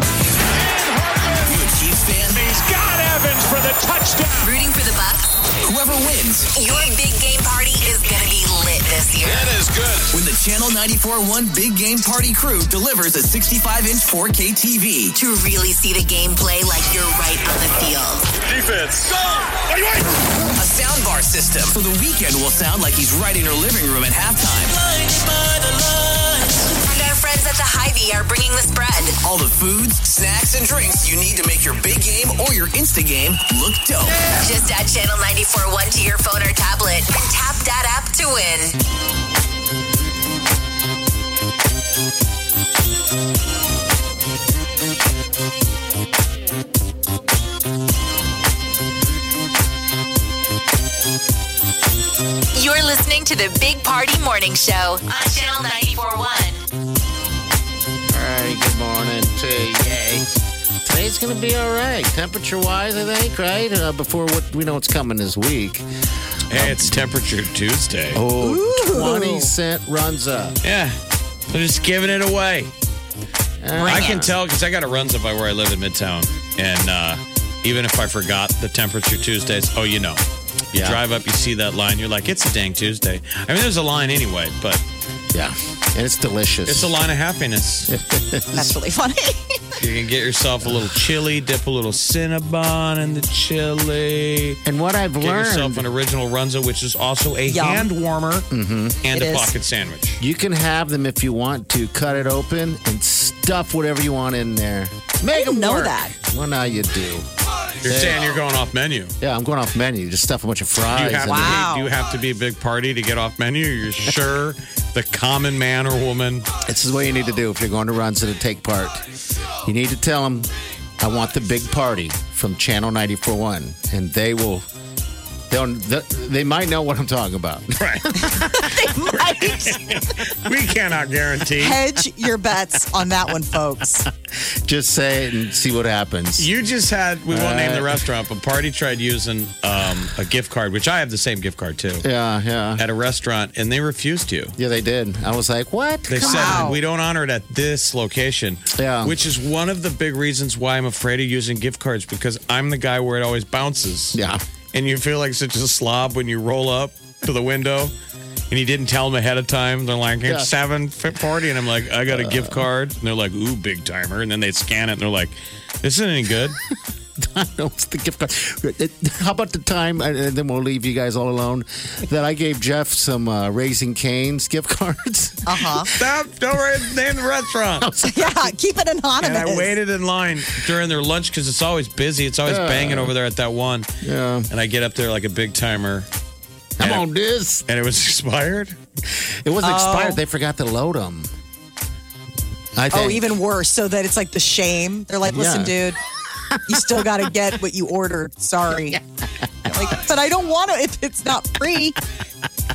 You're a Chiefs fan?
He's got Evans for the touchdown.
Rooting for the Bucks?
Whoever wins,
Your big game party is going to be lit this year.
is good.
when the Channel 94.1 Big Game Party crew delivers a 65-inch 4K TV
To really see the gameplay like you're right on the field.
Defense.
A soundbar system, so the weekend will sound like he's right in her living room at halftime.
And our friends at the Hy-Vee are bringing the spread.
All the foods, snacks, and drinks you need to make your big game or your Insta game look dope.
Just add Channel 94.1 to your phone or tablet and tap that app to win. You're listening to the Big Party Morning Show on Channel 94.1.
All right, good morning to you. Today's going to be all right, temperature wise, I think, right? Uh, before what we know what's coming this week.
Hey, it's temperature Tuesday.
Oh,
Ooh.
20 cent runs up.
Yeah. They're just giving it away. I can tell because I got a runs up by where I live in Midtown. And uh, even if I forgot the temperature Tuesdays, oh, you know. You
Yeah.
drive up, you see that line, you're like, it's a dang Tuesday. I mean, there's a line anyway, but
Yeah. And it's delicious.
it's a line of happiness.
That's really funny.
You can get yourself a little chili, dip a little Cinnabon in the chili.
And what I've
get
learned-
yourself an original Runza, which is also a
Yum. Mm-hmm.
hand warmer and
It
a
is.
pocket sandwich.
You can have them if you want to. Cut it open and stuff whatever you want in there. Make them
know
work.
that.
Well, now you do.
You're
Yeah.
saying you're going off menu.
Yeah, I'm going off menu. Just stuff a bunch of
Do you,
fries.
have
in there.
to be, do you have to be a big party to get off menu? You're sure the common man or woman.
This is what you need to do if you're going to runs to take part. You need to tell them, I want the big party from Channel 94.1, and they will. They'll, they might know what I'm talking about.
Right. we cannot guarantee.
Hedge your bets on that one, folks.
Just say it and see what happens.
You just had, we won't name the
Uh,
restaurant, but Party tried using um, a gift card, which I have the same gift card too,
Yeah, yeah.
at a restaurant, and they refused you.
Yeah, they did. I was like, what?
They
Come
said
on.
we don't honor it at this location.
Yeah.
Which is one of the big reasons why I'm afraid of using gift cards because I'm the guy where it always bounces.
Yeah.
And you feel like such a slob when you roll up to the window and you didn't tell them ahead of time. They're like,
Yeah. Uh.
it's seven forty, and I'm like, I got a gift card. And they're like, ooh, big timer. And then they scan it and they're like, this isn't any good.
I know it's the gift card. It- How about the time, and and then we'll leave you guys all alone, that I gave Jeff some uh, Raising Cane's gift cards?
Oh.
Uh huh.
Stop! Don't worry, name the restaurant.
Yeah, keep it anonymous.
And I waited in line during their lunch because it's always busy. It's always
Yeah.
banging over there at that one.
Yeah.
And I get up there like a big timer.
Come
And
on, this.
it- And it was expired.
It wasn't
Oh.
expired. They forgot to load them. I think.
Oh, even worse, so that it's like the shame. They're like, listen,
Yeah.
dude, you still got to get what you ordered. Sorry. like, but I don't want to if it's not free.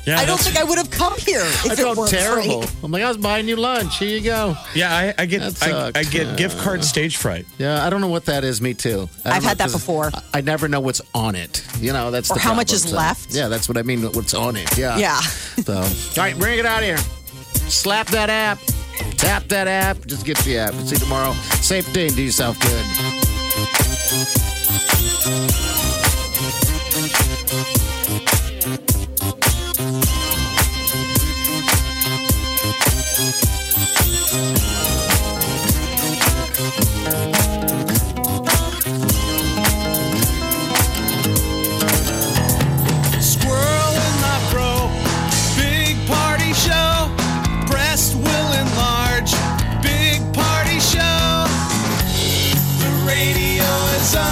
Yeah,
I don't
that's-
think I would have come here if
I
it
felt
weren't
terrible.
free.
I'm like, I was buying you lunch. Here you go.
Yeah, I, I get
That
I,
sucked.
I get gift card stage fright.
Yeah, I don't know what that is. Me too. I don't
I've
know
had that
if this is-
before.
I I never know what's on it. You know, that's
Or
the
how much
problem,
is left.
Yeah, that's what I mean. What's on it? Yeah.
Yeah.
So, all right, bring it out here. Slap that app. Tap that app. Just get the app. We'll see you tomorrow. Safe day and do yourself good.
Squirrel in my pro, big party show. Breast will enlarge, big party show. The radio is on.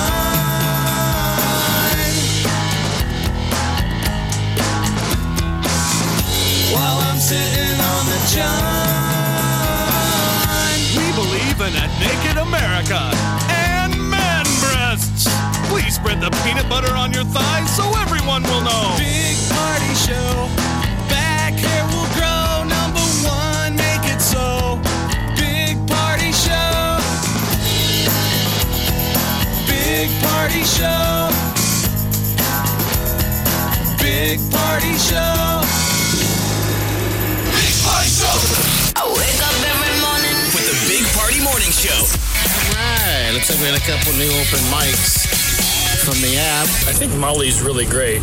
While I'm sitting on the john. We believe in a naked America and man breasts. Please spread the peanut butter on your thighs so everyone will know. Big party show. Back hair will grow. Number one, make it so. Big party show. Big party show. Big party show. Big party show.
I wake up every morning.
With the Big Party Morning Show.
All right. Looks like we had a couple new open mics from the app.
I think Molly's really great.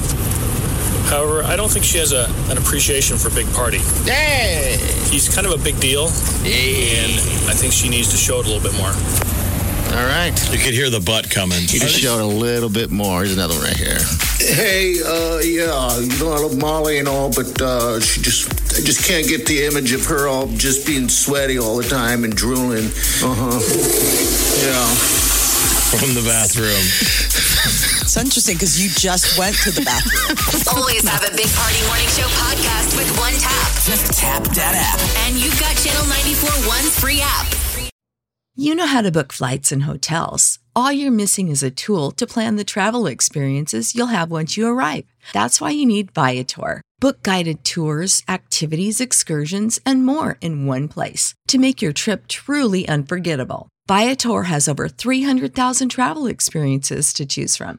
However, I don't think she has a, an appreciation for Big Party.
Hey.
He's kind of a big deal, and I think she needs to show it a little bit more.
All right.
You could hear the butt coming.
You just showed a little bit more. Here's another one right here. Hey, uh, yeah, you know, I love Molly and all, but uh, she just, I just can't get the image of her all just being sweaty all the time and drooling. Uh Uh-huh. huh.
From the bathroom.
It's interesting because you just went to the bathroom.
Always have a Big Party Morning Show podcast with one tap. Just tap that app. And you've got Channel 94.1's free app.
You know how to book flights and hotels. All you're missing is a tool to plan the travel experiences you'll have once you arrive. That's why you need Viator. Book guided tours, activities, excursions, and more in one place to make your trip truly unforgettable. Viator has over 300,000 travel experiences to choose from.